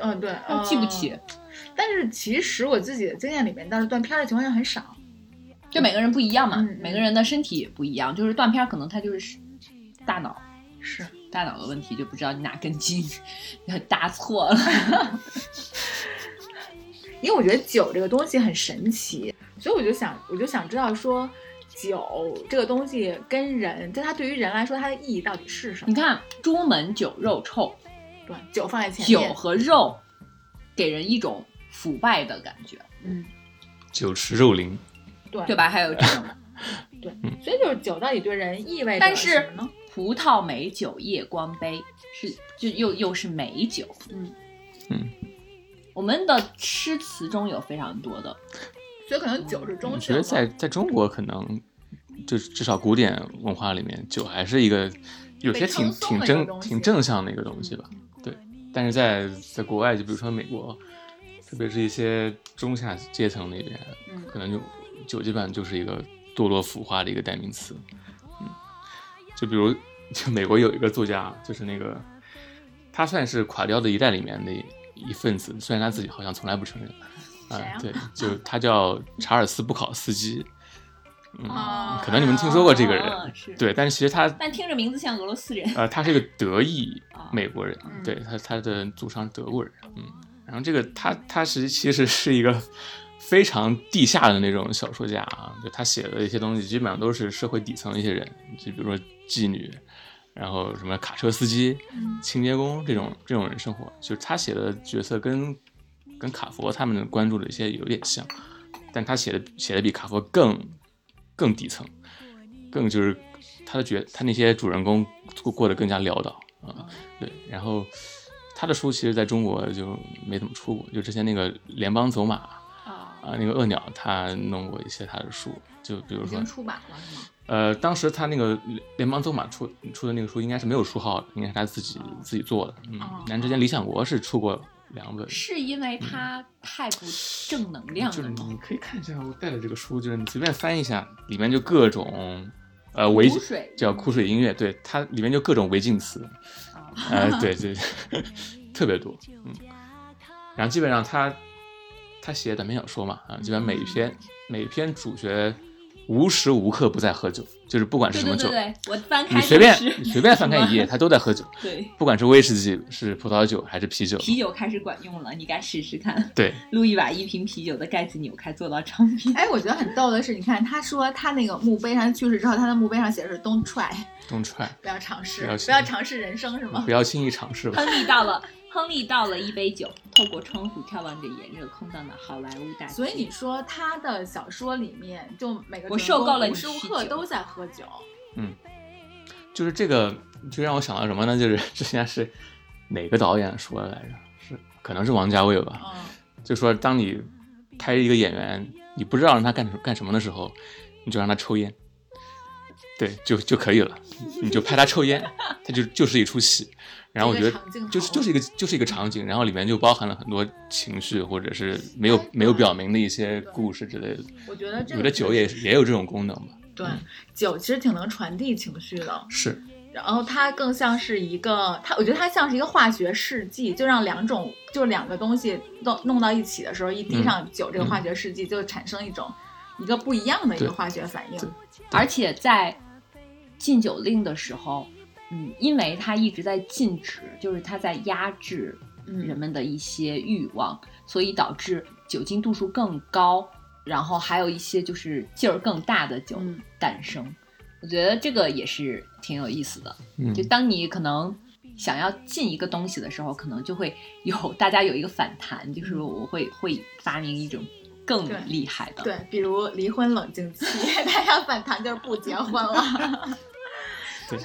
Speaker 3: 嗯，对，
Speaker 1: 他记不起。
Speaker 3: 嗯。但是其实我自己的经验里面，倒是断片儿的情况下很少。
Speaker 1: 就每个人不一样嘛，
Speaker 3: 嗯嗯
Speaker 1: 每个人的身体也不一样，就是断片儿可能他就是大脑
Speaker 3: 是，
Speaker 1: 大脑的问题，就不知道你哪根筋 搭错了。
Speaker 3: 因为我觉得酒这个东西很神奇，所以我就想，我就想知道说，酒这个东西跟人，就它对于人来说，它的意义到底是什
Speaker 1: 你
Speaker 3: 么？
Speaker 1: 看朱门酒肉臭，
Speaker 3: 对，酒放在前嗯面，
Speaker 1: 嗯酒和肉给人一种腐败的感觉，
Speaker 3: 嗯，
Speaker 2: 酒池肉林，
Speaker 3: 对，
Speaker 1: 对吧？还有这种
Speaker 3: 对，所以就是酒到底对人意味着
Speaker 1: 但是
Speaker 3: 什么呢？
Speaker 1: 葡萄美酒夜光杯，是就又又是美酒，
Speaker 3: 嗯
Speaker 2: 嗯。
Speaker 1: 我们的诗词中有非常多的，
Speaker 3: 所以可能酒是中
Speaker 2: 我
Speaker 3: 性
Speaker 2: 觉
Speaker 3: 的。
Speaker 2: 得在在中国可能，就是至少古典文化里面，酒还是一个有些挺
Speaker 3: 被称
Speaker 2: 挺
Speaker 3: 颂的一个
Speaker 2: 正
Speaker 3: 东西
Speaker 2: 挺正向的一个东西吧。对，但是在在国外，就比如说美国，特别是一些中下阶层那边，
Speaker 3: 嗯
Speaker 2: 可能就酒基本上就是一个堕落腐化的一个代名词。嗯，就比如就美国有一个作家，就是那个他算是垮掉的一代里面的一份子，虽然他自己好像从来不承认。啊
Speaker 3: 谁啊
Speaker 2: 对，就他叫查尔斯·布考斯基，嗯
Speaker 1: 啊
Speaker 3: 哦
Speaker 2: 可能你们听说过这个人
Speaker 1: 嗯是，
Speaker 2: 对，但是其实他
Speaker 1: 但听着名字像俄罗斯人，
Speaker 2: 呃，他是一个德裔
Speaker 1: 啊
Speaker 2: 美国人，
Speaker 3: 嗯
Speaker 2: 对他他的祖上是德国人，嗯，然后这个他他是其实是一个非常地下的那种小说家啊，就他写的一些东西基本上都是社会底层的一些人，就比如说妓女，然后什么卡车司机、清洁工这种这种人生活，就是他写的角色跟跟卡佛他们关注的一些有点像，但他写的写的比卡佛更更底层，更就是他的角他那些主人公过过得更加潦倒啊、对，然后他的书其实在中国就没怎么出过，就之前那个联邦走马啊、
Speaker 3: 哦
Speaker 1: 啊，
Speaker 2: 那个恶鸟他弄过一些他的书，就比如
Speaker 3: 已
Speaker 2: 说
Speaker 3: 经出版了是吗？
Speaker 2: 呃，当时他那个联联邦走马出出的那个书应该是没有书号的，应该是他自己自己做的。嗯
Speaker 3: 哦，
Speaker 2: 但之前理想国是出过两本，
Speaker 1: 是因为他太不正能量
Speaker 2: 就是
Speaker 1: 了吗？
Speaker 2: 你可以看一下我带的这个书，就是你随便翻一下，里面就各种呃违
Speaker 1: 苦水
Speaker 2: 叫苦水音乐，对它里面就各种违禁词，
Speaker 1: 啊
Speaker 2: 呃，对对，特别多，嗯。然后基本上他他写短篇小说嘛，啊，基本上每一
Speaker 1: 嗯
Speaker 2: 篇每一篇主角无时无刻不在喝酒，就是不管是
Speaker 1: 对
Speaker 2: 什么
Speaker 1: 对
Speaker 2: 酒
Speaker 1: 对，对，我翻开
Speaker 2: 你随便
Speaker 1: 就是
Speaker 2: 你随便翻开一页，
Speaker 1: 什么
Speaker 2: 他都在喝酒，
Speaker 1: 对，
Speaker 2: 不管是威士忌、是葡萄酒还是啤酒，
Speaker 1: 啤酒开始管用了，你该试试看。
Speaker 2: 对，
Speaker 1: 路易把一瓶啤酒的盖子扭开，做到畅啤。
Speaker 3: 哎，我觉得很逗的是，你看他说他那个墓碑上去世之后，他的墓碑上写的是 “Don't try”，
Speaker 2: don't try，
Speaker 3: 不要尝试，
Speaker 2: 不要嗯
Speaker 3: 不要尝试人生，是吗
Speaker 1: 哦
Speaker 2: 不？要轻易尝试吧。
Speaker 1: 亨利倒了，亨利倒了一杯酒，透过窗户眺望着炎热空荡的好莱坞大街。
Speaker 3: 所以你说他的小说里面，就每个
Speaker 1: 我受够了你
Speaker 3: 无时无
Speaker 1: 酗
Speaker 3: 刻
Speaker 1: 酒
Speaker 3: 都在喝酒，
Speaker 2: 就是这个，就让我想到什么呢？就是 之前是哪个导演说的来着？是可能是王家卫吧？
Speaker 3: 嗯，
Speaker 2: 就说当你拍一个演员，你不知道让他干什干什么的时候，你就让他抽烟，对，就就可以了。你就拍他抽烟，他就就是一出戏。然后我觉
Speaker 3: 这
Speaker 2: 得
Speaker 3: 个长镜头
Speaker 2: 就是就是一个就是一个场景，然后里面就包含了很多情绪或者是没有
Speaker 3: 哎
Speaker 2: 没有表明的一些故事之类的。
Speaker 3: 我觉得这
Speaker 2: 我觉
Speaker 3: 个
Speaker 2: 得酒也嗯也有这种功能吧？
Speaker 3: 对酒其实挺能传递情绪的，
Speaker 2: 是，
Speaker 3: 然后它更像是一个，它我觉得它像是一个化学试剂，就让两种就两个东西弄弄到一起的时候，一滴
Speaker 2: 嗯
Speaker 3: 上酒这个化学试剂，就产生一种一个不一样的一
Speaker 2: 对
Speaker 3: 个化学反应
Speaker 2: 对。
Speaker 1: 而且在禁酒令的时候，嗯，因为他一直在禁止，就是他在压制人
Speaker 3: 嗯
Speaker 1: 们的一些欲望，所以导致酒精度数更高，然后还有一些就是劲儿更大的酒
Speaker 3: 嗯
Speaker 1: 诞生。我觉得这个也是挺有意思的。
Speaker 2: 嗯
Speaker 1: 就当你可能想要进一个东西的时候，可能就会有大家有一个反弹，就是我会会发明一种更
Speaker 3: 嗯对
Speaker 1: 厉害的。
Speaker 3: 对，比如离婚冷静期， 大家反弹就是不结婚 了。
Speaker 2: 对，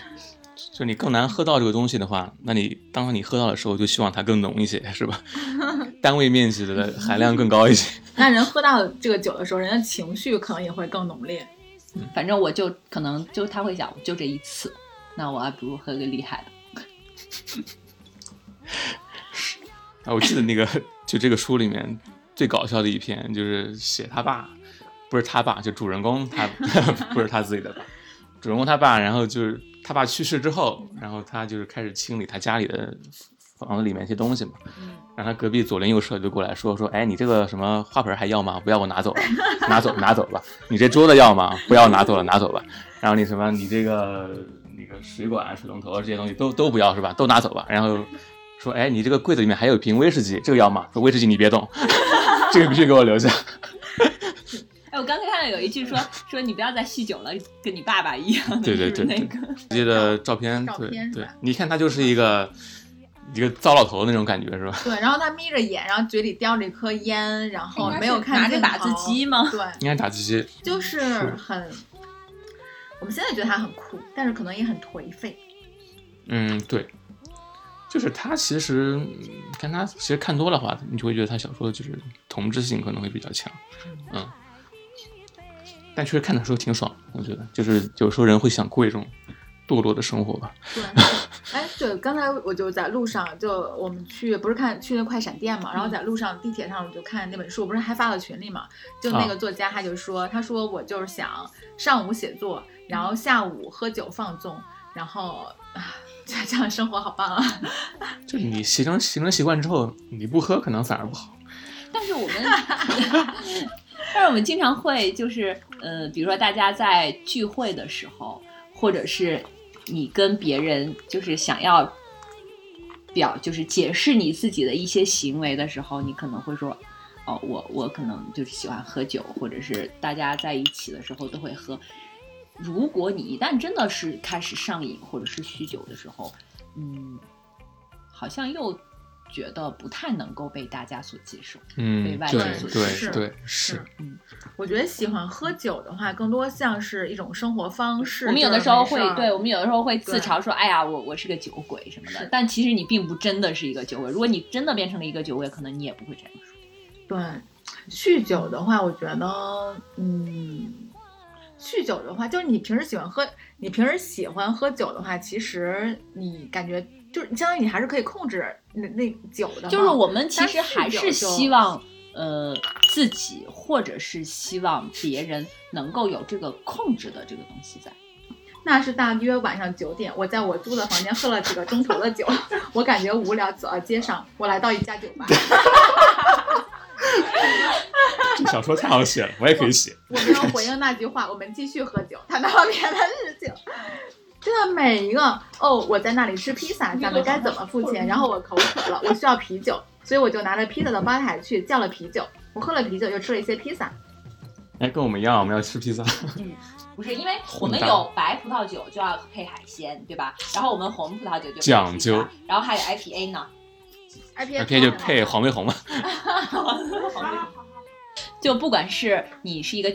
Speaker 2: 就你更难喝到这个东西的话，那你当你喝到的时候，就希望它更浓一些，是吧？ 单位面积的含量更高一些。
Speaker 3: 那人喝到这个酒的时候，人的情绪可能也会更浓烈。
Speaker 1: 反正我就可能就他会想，就这一次，那我还不如喝个厉害的。
Speaker 2: 啊，我记得那个就这个书里面最搞笑的一篇，就是写他爸，不是他爸，就主人公他不是他自己的爸，主人公他爸，然后就是他爸去世之后，然后他就是开始清理他家里的房子里面一些东西嘛，然后他隔壁左邻右舍就过来说说，哎，你这个什么花盆还要吗？不要，我拿走了，拿走拿走吧。你这桌子要吗？不要，拿走了，拿走吧。然后你什么，你这个那个水管、水龙头这些东西都都不要是吧？都拿走吧。然后说，哎，你这个柜子里面还有一瓶威士忌，这个要吗？说威士忌你别动， 这个必须给我留下。
Speaker 1: 哎，我刚才看到有一 句说说你不要再酗酒了，跟你爸爸一样的，
Speaker 2: 对对
Speaker 1: 是不是
Speaker 2: 对
Speaker 1: 那个
Speaker 2: 记得照片，
Speaker 3: 照
Speaker 2: 对
Speaker 3: 片是
Speaker 2: 对
Speaker 3: 吧，
Speaker 2: 你看他就是一个一个糟老头那种感觉是吧？
Speaker 3: 对，然后他眯着眼，然后嘴里叼着一颗烟，然后
Speaker 1: 应该
Speaker 3: 没有
Speaker 1: 是
Speaker 3: 看
Speaker 1: 拿着
Speaker 3: 镜
Speaker 1: 打字
Speaker 3: 头
Speaker 1: 机吗
Speaker 3: 对，
Speaker 2: 应该打字机，
Speaker 1: 嗯
Speaker 3: 就是很，我们现在觉得他很酷，但是可能也很颓废。
Speaker 2: 嗯，对，就是他其实嗯看他其实看多了话，你就会觉得他小说就是同质性可能会比较强，嗯，但确实看的时候挺爽，我觉得就是有时候人会想过一种堕落的生活吧，
Speaker 3: 对， 哎，对，刚才我就在路上，就我们去不是看去那快闪店嘛，然
Speaker 1: 嗯
Speaker 3: 后在路上地铁上我就看那本书，不是还发到群里嘛？就
Speaker 1: 啊
Speaker 3: 那个作家他就说，他说我就是想上午写作，然后下午喝酒放纵，然后啊， 这样的生活好棒啊！
Speaker 2: 就是你形成形成习惯之后，你不喝可能反而不好，
Speaker 1: 但是我们， 但是我们经常会就是，呃，比如说大家在聚会的时候，或者是你跟别人就是想要表就是解释你自己的一些行为的时候，你可能会说。哦，我我可能就是喜欢喝酒，或者是大家在一起的时候都会喝。如果你一旦真的是开始上瘾或者是酗酒的时候，嗯，好像又觉得不太能够被大家所接受。
Speaker 2: 嗯
Speaker 1: 被，外
Speaker 2: 对
Speaker 1: 界所
Speaker 2: 对
Speaker 3: 是
Speaker 2: 对是，
Speaker 3: 我觉得喜欢喝酒的话，更多像是一种生活方式。
Speaker 1: 我们有的
Speaker 3: 就是
Speaker 1: 时候
Speaker 3: 没事
Speaker 1: 会
Speaker 3: 儿，
Speaker 1: 对我们有的时候会自
Speaker 3: 对
Speaker 1: 嘲说：“哎呀，我我是个酒鬼什么的。
Speaker 3: 是”
Speaker 1: 但其实你并不真的是一个酒鬼。如果你真的变成了一个酒鬼，可能你也不会这样说。
Speaker 3: 对，酗酒的话，我觉得，嗯，酗酒的话，就是你平时喜欢喝，你平时喜欢喝酒的话，其实你感觉就是相当于你还是可以控制那那酒的嘛，
Speaker 1: 就是我们其
Speaker 3: 但
Speaker 1: 实还
Speaker 3: 酗酒
Speaker 1: 是
Speaker 3: 就
Speaker 1: 希望，呃，自己或者是希望别人能够有这个控制的这个东西在。
Speaker 3: 那是大约晚上九点，我在我租的房间喝了几个钟头的酒， 我感觉无聊，走到啊街上，我来到一家酒吧，
Speaker 2: 这小说太好写了，我也可以写，
Speaker 3: 我 没有回应那句话，我们继续喝酒，谈到了别的事情。 真的每一个哦，我在那里吃披萨，咱们该怎么付钱？然后我口渴了，我需要啤酒，所以我就拿着披萨的吧台去叫了啤酒。我喝了啤酒，又吃了一些披萨。
Speaker 2: 哎，跟我们一样，我们要吃披萨，
Speaker 1: 不是因为我们
Speaker 2: 混搭
Speaker 1: 有白葡萄酒就要配海鲜，对吧？然后我们红葡萄酒就配
Speaker 2: 讲
Speaker 1: 披萨
Speaker 2: 究，
Speaker 1: 然后还有 IPA 呢。
Speaker 3: IPA
Speaker 2: 那片就配黄飞鸿嘛，
Speaker 1: 就不管是你是一个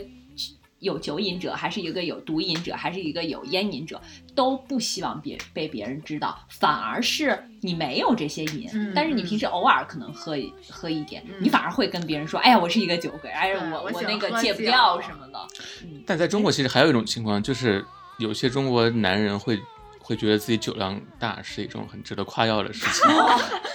Speaker 1: 有酒瘾者，还是一个有毒瘾者，还是一个有烟瘾者，都不希望别被别人知道，反而是你没有这些瘾，
Speaker 3: 嗯
Speaker 1: 但是你平时偶尔可能喝一喝一点，
Speaker 3: 嗯
Speaker 1: 你反而会跟别人说，哎呀，我是一个酒鬼，哎呀，
Speaker 3: 对
Speaker 1: 我
Speaker 3: 我喜欢
Speaker 1: 那个
Speaker 3: 喝
Speaker 1: 戒不
Speaker 3: 酒
Speaker 1: 掉什么的，嗯，
Speaker 2: 但在中国，其实还有一种情况，就是有些中国男人会会觉得自己酒量大是一种很值得夸耀的事情，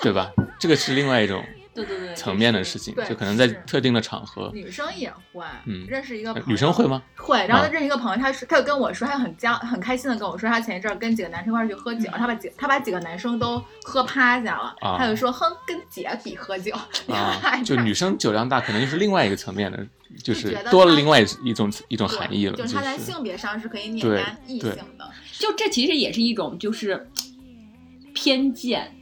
Speaker 2: 对吧？这个是另外一种
Speaker 1: 对对对，
Speaker 2: 层面的事情
Speaker 3: 哦对，
Speaker 2: 就可能在
Speaker 3: 是
Speaker 2: 特定的场合，
Speaker 3: 女生也会，
Speaker 2: 嗯
Speaker 3: 认识一个
Speaker 2: 呃
Speaker 3: 朋友
Speaker 2: 女生会 吗？
Speaker 3: 会，然后
Speaker 2: 啊
Speaker 3: 他认识一个朋友，他是他就跟我说，他很骄很开心的跟我说，他前一阵儿跟几个男生一块儿去喝酒，他把几他把几个男生都喝趴下了，
Speaker 2: 啊
Speaker 3: 他就说，哼，跟姐比喝酒，
Speaker 2: 啊，就女生酒量大，可能就是另外一个层面的，就是
Speaker 3: 就觉得
Speaker 2: 多了
Speaker 3: 她
Speaker 2: 另外一种一种
Speaker 3: 对
Speaker 2: 含义了，
Speaker 3: 就是他在性别上是可以碾
Speaker 2: 对
Speaker 3: 压异
Speaker 2: 对
Speaker 3: 性的，
Speaker 1: 就这其实也是一种就是偏见，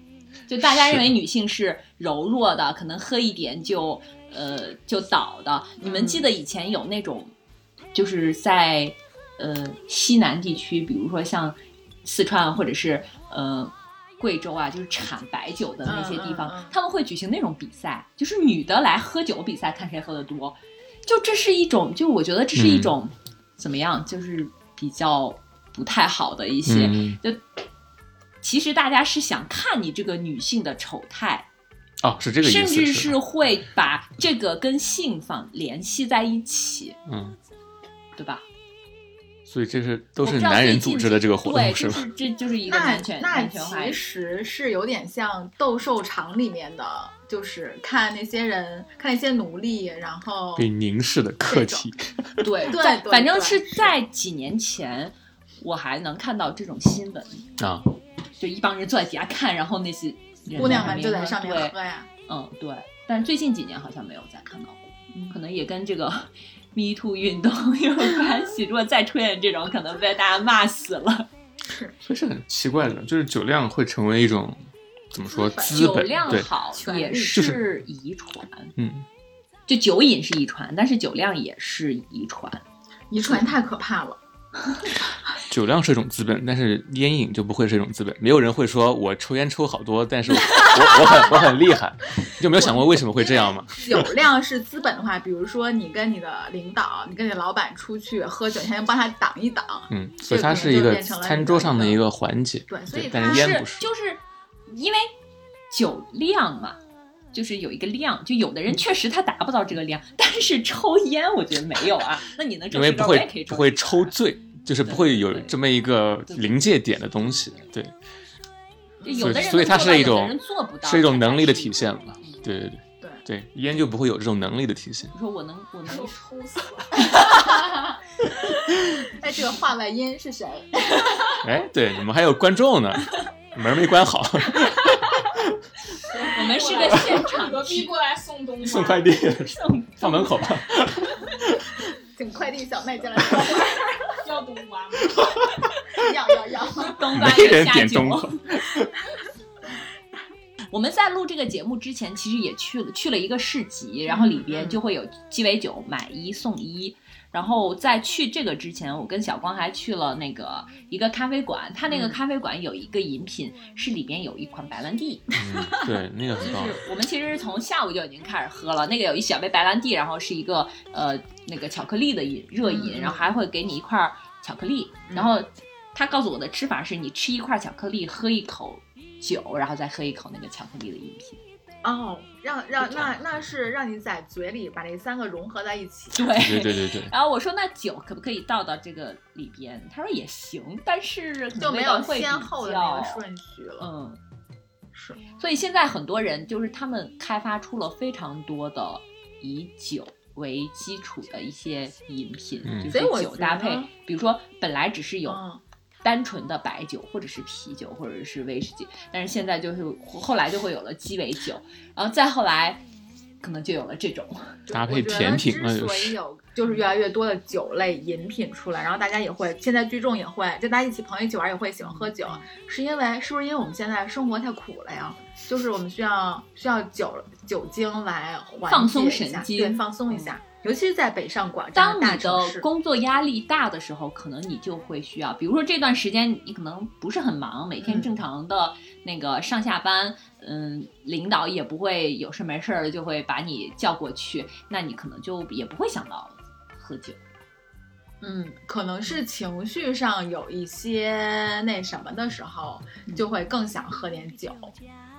Speaker 1: 就大家
Speaker 2: 是
Speaker 1: 认为女性是柔弱的，可能喝一点就。呃就倒的。你们
Speaker 3: 嗯
Speaker 1: 记得以前有那种，就是在呃西南地区，比如说像四川啊或者是呃贵州啊，就是产白酒的那些地方，
Speaker 3: 嗯嗯嗯
Speaker 1: 他们会举行那种比赛，就是女的来喝酒比赛，看谁喝的多。就这是一种，就我觉得这
Speaker 3: 嗯
Speaker 1: 是一种、怎么样，就是比较不太好的一些。
Speaker 2: 嗯，
Speaker 1: 其实大家是想看你这个女性的丑态，
Speaker 2: 哦，是这个意思，
Speaker 1: 甚
Speaker 2: 是
Speaker 1: 至是
Speaker 2: 吧
Speaker 1: 会把这个跟性放联系在一起，
Speaker 2: 嗯，
Speaker 1: 对吧？
Speaker 2: 所以这是都
Speaker 1: 我
Speaker 2: 是
Speaker 1: 不知道
Speaker 2: 男人
Speaker 1: 最近
Speaker 2: 组织的这个活
Speaker 1: 对，
Speaker 2: 动
Speaker 1: 就是是
Speaker 2: 吧？
Speaker 1: 这就是一个
Speaker 3: 那
Speaker 1: 男权
Speaker 3: 那
Speaker 1: 男权化
Speaker 3: 其。实是有点像斗兽场里面的，就是看那些人，看那些奴隶，然后
Speaker 2: 被凝视的客体，
Speaker 1: 对
Speaker 3: 对
Speaker 1: 在
Speaker 3: 对
Speaker 1: 反正
Speaker 3: 对
Speaker 1: 是在几年前，我还能看到这种新闻，
Speaker 2: 啊，
Speaker 1: 就一帮人坐在底下看，然后那些人
Speaker 3: 姑娘
Speaker 1: 在
Speaker 3: 们就在上面
Speaker 1: 对
Speaker 3: 喝呀。
Speaker 1: 嗯，对。但是最近几年好像没有再看到过，
Speaker 3: 嗯
Speaker 1: 可能也跟这个 Me Too 运动 有关系。如果再出现这种，可能被大家骂死 了。
Speaker 2: 所以是很奇怪的，就是酒量会成为一种怎么说资
Speaker 1: 酒
Speaker 2: 本？
Speaker 1: 量
Speaker 2: 对，
Speaker 1: 好
Speaker 3: 权
Speaker 1: 也
Speaker 3: 力
Speaker 1: 是遗传，
Speaker 2: 嗯，
Speaker 1: 就酒瘾是遗传，但是酒量也是遗传。
Speaker 3: 遗传太可怕了，
Speaker 2: 酒量是一种资本，但是烟瘾就不会是一种资本。没有人会说我抽烟抽好多，但是我我我很我很厉害。你有没有想过为什么会这样吗？
Speaker 3: 酒量是资本的话，比如说你跟你的领导，你跟你的老板出去喝酒，你还能帮他挡一挡。
Speaker 2: 嗯，所以它是一
Speaker 3: 就
Speaker 2: 个
Speaker 3: 变成了
Speaker 2: 餐桌上的一个环节。
Speaker 3: 对，所以
Speaker 2: 但
Speaker 3: 他
Speaker 2: 是烟
Speaker 1: 是
Speaker 2: 不是
Speaker 1: 就是因为酒量嘛，就是有一个量，就有的人确实他达不到这个量，但是抽烟我觉得没有啊。那你能
Speaker 2: 因
Speaker 1: 挣
Speaker 2: 为
Speaker 1: 这
Speaker 2: 不
Speaker 1: 招，我啊也
Speaker 2: 会
Speaker 1: 可以
Speaker 2: 不
Speaker 1: 抽。
Speaker 2: 会抽醉，就是不会有
Speaker 1: 对
Speaker 2: 这么一个临界点的东西。对，
Speaker 1: 就有的人
Speaker 2: 所以所以它
Speaker 1: 能做到
Speaker 2: 是一
Speaker 1: 有的
Speaker 2: 种
Speaker 1: 人做不到，
Speaker 2: 是一种
Speaker 1: 它
Speaker 2: 能力的
Speaker 1: 是
Speaker 2: 体现嘛
Speaker 1: 嗯。
Speaker 2: 对对对
Speaker 3: 对
Speaker 2: 对，烟就不会有这种能力的体现。
Speaker 1: 你说我能，我能，
Speaker 3: 抽死了。哎，这个话外音是谁？
Speaker 2: 哎，对，你们还有观众呢，门没关 好，
Speaker 1: 我们是个现 场
Speaker 4: 隔壁过来送 东西，
Speaker 2: 送快递
Speaker 1: 送
Speaker 2: 放门口吧。
Speaker 3: 请快递小妹进来说话。
Speaker 4: 要冬瓜吗？
Speaker 3: 要要要！
Speaker 1: 东瓜
Speaker 2: 没
Speaker 1: 也
Speaker 2: 人
Speaker 1: 下
Speaker 2: 点
Speaker 1: 酒
Speaker 2: 东。 口，
Speaker 1: 我们在录这个节目之前，其实也去了去了一个市集，然后里边就会有鸡尾酒买一送一。然后在去这个之前，我跟小光还去了那个一个咖啡馆，它那个
Speaker 3: 嗯
Speaker 1: 咖啡馆有一个饮品是里边有一款白兰地，
Speaker 2: 嗯，对，那个很棒
Speaker 1: 就。是我们其实是从下午就已经开始喝了，那个有一小杯白兰地，然后是一个呃那个巧克力的饮热饮，
Speaker 3: 嗯
Speaker 1: 然后还会给你一块儿巧克力，
Speaker 2: 嗯
Speaker 1: 然后他告诉我的吃法是你吃一块巧克力，喝一口酒，然后再喝一口那个巧克力的饮品。
Speaker 3: 哦，让让那那是让你在嘴里把这三个融合在一起。
Speaker 2: 对对对对，
Speaker 1: 然后我说那酒可不可以倒到这个里边？他说也行，但是可能
Speaker 3: 就没
Speaker 1: 味道
Speaker 3: 有
Speaker 1: 会比
Speaker 3: 先
Speaker 1: 较
Speaker 3: 后的那个顺序了。
Speaker 1: 嗯，
Speaker 3: 是，
Speaker 1: 所以现在很多人就是他们开发出了非常多的以酒为基础的一些饮品，
Speaker 2: 嗯
Speaker 1: 就
Speaker 3: 所以我
Speaker 1: 是酒
Speaker 3: 觉
Speaker 1: 搭
Speaker 3: 得
Speaker 1: 配，比如说本来只是有
Speaker 3: 嗯
Speaker 1: 单纯的白酒或者是啤酒或者是威士忌，但是现在就是后来就会有了鸡尾酒，然后再后来可能就有了这种，
Speaker 2: 搭配甜品
Speaker 3: 我
Speaker 2: 那
Speaker 3: 觉
Speaker 2: 就
Speaker 3: 得之所以
Speaker 2: 是。
Speaker 3: 有就是越来越多的酒类饮品出来，然后大家也会，现在聚众也会，就大家一起朋友一起玩也会喜欢喝
Speaker 1: 嗯
Speaker 3: 酒，是因为是不是因为我们现在生活太苦了呀？就是我们需要需要酒酒精来缓
Speaker 1: 放松
Speaker 3: 解一下
Speaker 1: 神经嗯
Speaker 3: 对，放松一下。尤其是在北上广这样
Speaker 1: 当
Speaker 3: 大
Speaker 1: 你
Speaker 3: 城
Speaker 1: 的
Speaker 3: 市，
Speaker 1: 工作压力大的时候，可能你就会需要，比如说这段时间你可能不是很忙，每天
Speaker 3: 嗯
Speaker 1: 正常的那个上下班，嗯，领导也不会有事没事儿的就会把你叫过去，那你可能就也不会想到喝酒。
Speaker 3: 嗯，可能是情绪上有一些那什么的时候，
Speaker 1: 嗯
Speaker 3: 就会更想喝点酒。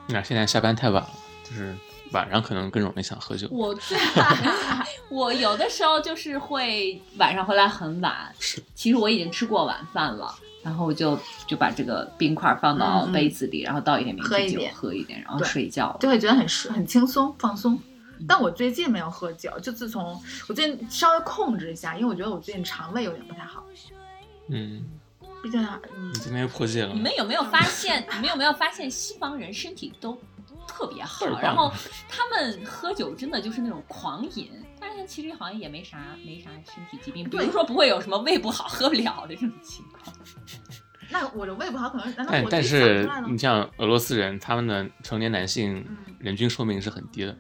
Speaker 2: 那现在下班太晚了，就是晚上可能更容易想喝酒。
Speaker 1: 我最我有的时候就是会晚上回来很 晚，
Speaker 2: 是，
Speaker 1: 其实我已经吃过晚饭了。然后我就就把这个冰块放到
Speaker 3: 嗯嗯
Speaker 1: 杯子里，然后倒一点明
Speaker 3: 喝
Speaker 1: 啤
Speaker 3: 一
Speaker 1: 酒
Speaker 3: 点
Speaker 1: 喝一点，然后
Speaker 3: 对
Speaker 1: 睡觉。
Speaker 3: 就会觉得很舒很轻松放松
Speaker 1: 嗯。
Speaker 3: 但我最近没有喝酒，就自从我最近稍微控制一下，因为我觉得我最近肠胃有点不太好，
Speaker 2: 嗯，
Speaker 3: 毕竟嗯
Speaker 2: 你，今天又破戒了
Speaker 1: 你。们有没有发现？你们有没有发现西方人身体都特别好
Speaker 2: 倍儿，棒啊
Speaker 1: 然后他们喝酒真的就是那种狂饮，但是其实好像也没啥没啥身体疾病，比
Speaker 3: 对
Speaker 1: 如说不会有什么胃不好喝不了的这种情况。
Speaker 3: 那我的胃不好，可能难道
Speaker 2: 哎但
Speaker 3: 我自
Speaker 2: 但
Speaker 3: 己想
Speaker 2: 是嗯
Speaker 3: 出来了
Speaker 2: 你
Speaker 3: 吗？
Speaker 2: 像俄罗斯人，他们的成年男性
Speaker 3: 嗯
Speaker 2: 人均寿命是很低的，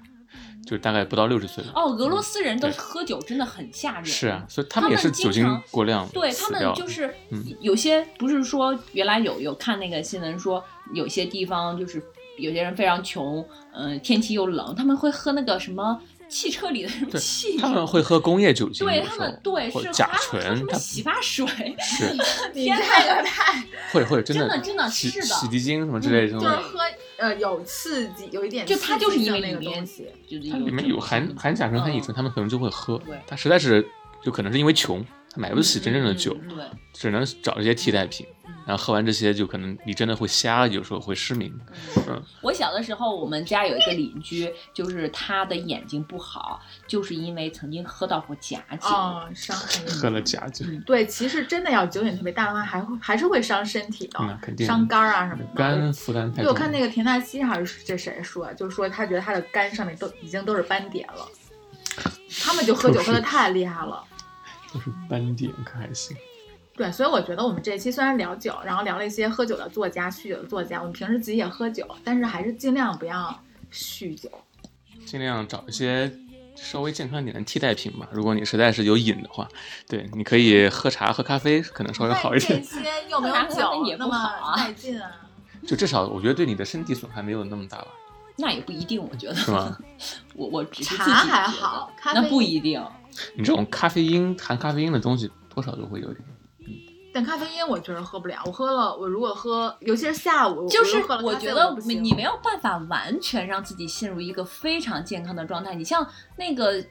Speaker 2: 就大概不到六十岁吧。
Speaker 1: 嗯哦，俄罗斯人都
Speaker 2: 对
Speaker 1: 喝酒真的很吓人。
Speaker 2: 是啊，所以
Speaker 1: 他
Speaker 2: 他们也
Speaker 1: 们
Speaker 2: 是
Speaker 1: 经
Speaker 2: 酒精
Speaker 1: 常
Speaker 2: 过量
Speaker 1: 对他
Speaker 2: 死
Speaker 1: 们
Speaker 2: 掉
Speaker 1: 就
Speaker 2: 的
Speaker 1: 是
Speaker 2: 嗯
Speaker 1: 有些不是说原来有有看那个新闻说有些地方就是有些人非常穷，嗯、天气又冷，他们会喝那个什么汽车里的什么
Speaker 2: 对
Speaker 1: 汽
Speaker 2: 他
Speaker 1: 水，
Speaker 2: 们会喝工业酒精
Speaker 1: 对
Speaker 2: 有
Speaker 1: 他
Speaker 2: 时
Speaker 1: 们
Speaker 2: 候
Speaker 1: 对
Speaker 2: 或
Speaker 1: 是
Speaker 2: 者
Speaker 1: 喝
Speaker 2: 甲
Speaker 1: 喝什
Speaker 2: 醛，
Speaker 1: 么
Speaker 2: 他
Speaker 1: 洗发水，
Speaker 2: 是
Speaker 3: 你
Speaker 1: 天
Speaker 3: 这
Speaker 1: 哪
Speaker 3: 个太
Speaker 2: 会会真
Speaker 1: 真的真的
Speaker 2: 洗
Speaker 1: 是的嗯
Speaker 2: 洗涤精什么之类的这
Speaker 3: 就
Speaker 2: 种
Speaker 3: 是，喝呃有刺激，有一点
Speaker 1: 就它就是
Speaker 3: 刺激
Speaker 1: 因为
Speaker 3: 性那
Speaker 1: 里
Speaker 3: 个东
Speaker 1: 面
Speaker 3: 西，
Speaker 1: 就是
Speaker 2: 它
Speaker 1: 有
Speaker 2: 里面
Speaker 1: 这
Speaker 2: 有
Speaker 1: 种
Speaker 2: 含含甲醇、含乙醇，
Speaker 1: 嗯
Speaker 2: 他们可能就会喝
Speaker 1: 对。
Speaker 2: 他实在是就可能是因为穷，他买不起真正的酒，
Speaker 1: 嗯嗯对，
Speaker 2: 只能找这些替代品。然后喝完这些，就可能你真的会瞎，有时候会失明。嗯，
Speaker 1: 我小的时候，我们家有一个邻居，就是他的眼睛不好，就是因为曾经喝到过假酒。
Speaker 3: 哦，伤害人
Speaker 2: 喝了假酒，
Speaker 3: 对，其实真的要酒瘾特别大的话，还会还是会伤身体的，
Speaker 2: 嗯肯定
Speaker 3: 伤肝儿啊什么的。
Speaker 2: 肝负担太
Speaker 3: 对，
Speaker 2: 重。
Speaker 3: 我看那个田纳西还是这谁说，就是说他觉得他的肝上面都已经都是斑点了，他们就喝酒喝的太厉害了。
Speaker 2: 都是斑点，可还行。
Speaker 3: 对，所以我觉得我们这一期虽然聊酒，然后聊了一些喝酒的作家、酗酒的作家，我们平时自己也喝酒，但是还是尽量不要酗 酒。
Speaker 2: 尽量找一些稍微健康一点的替代品吧。如果你实在是有瘾的话，对，你可以喝茶、喝咖啡，可能稍微好一
Speaker 3: 但
Speaker 2: 点。
Speaker 3: 这些又没有
Speaker 1: 那那
Speaker 3: 酒
Speaker 1: 也
Speaker 3: 那
Speaker 1: 不好
Speaker 3: 么
Speaker 1: 啊
Speaker 3: 带劲啊。
Speaker 2: 就至少我觉得对你的身体损害没有那么大吧，
Speaker 1: 那也不一定，我觉得
Speaker 2: 是吗？
Speaker 1: 我我只是
Speaker 3: 茶
Speaker 1: 自己觉得
Speaker 3: 还好咖啡
Speaker 1: 那不一定。
Speaker 2: 你这种咖啡因含咖啡因的东西，多少都会有点。
Speaker 3: 但咖啡因我确实喝不了，我喝了，我如果喝，尤其是下午，
Speaker 1: 就是
Speaker 3: 我如果喝了
Speaker 1: 我
Speaker 3: 咖啡
Speaker 1: 觉
Speaker 3: 我
Speaker 1: 得
Speaker 3: 不行
Speaker 1: 你没有办法完全让自己陷入一个非常健康的状态。你像那个《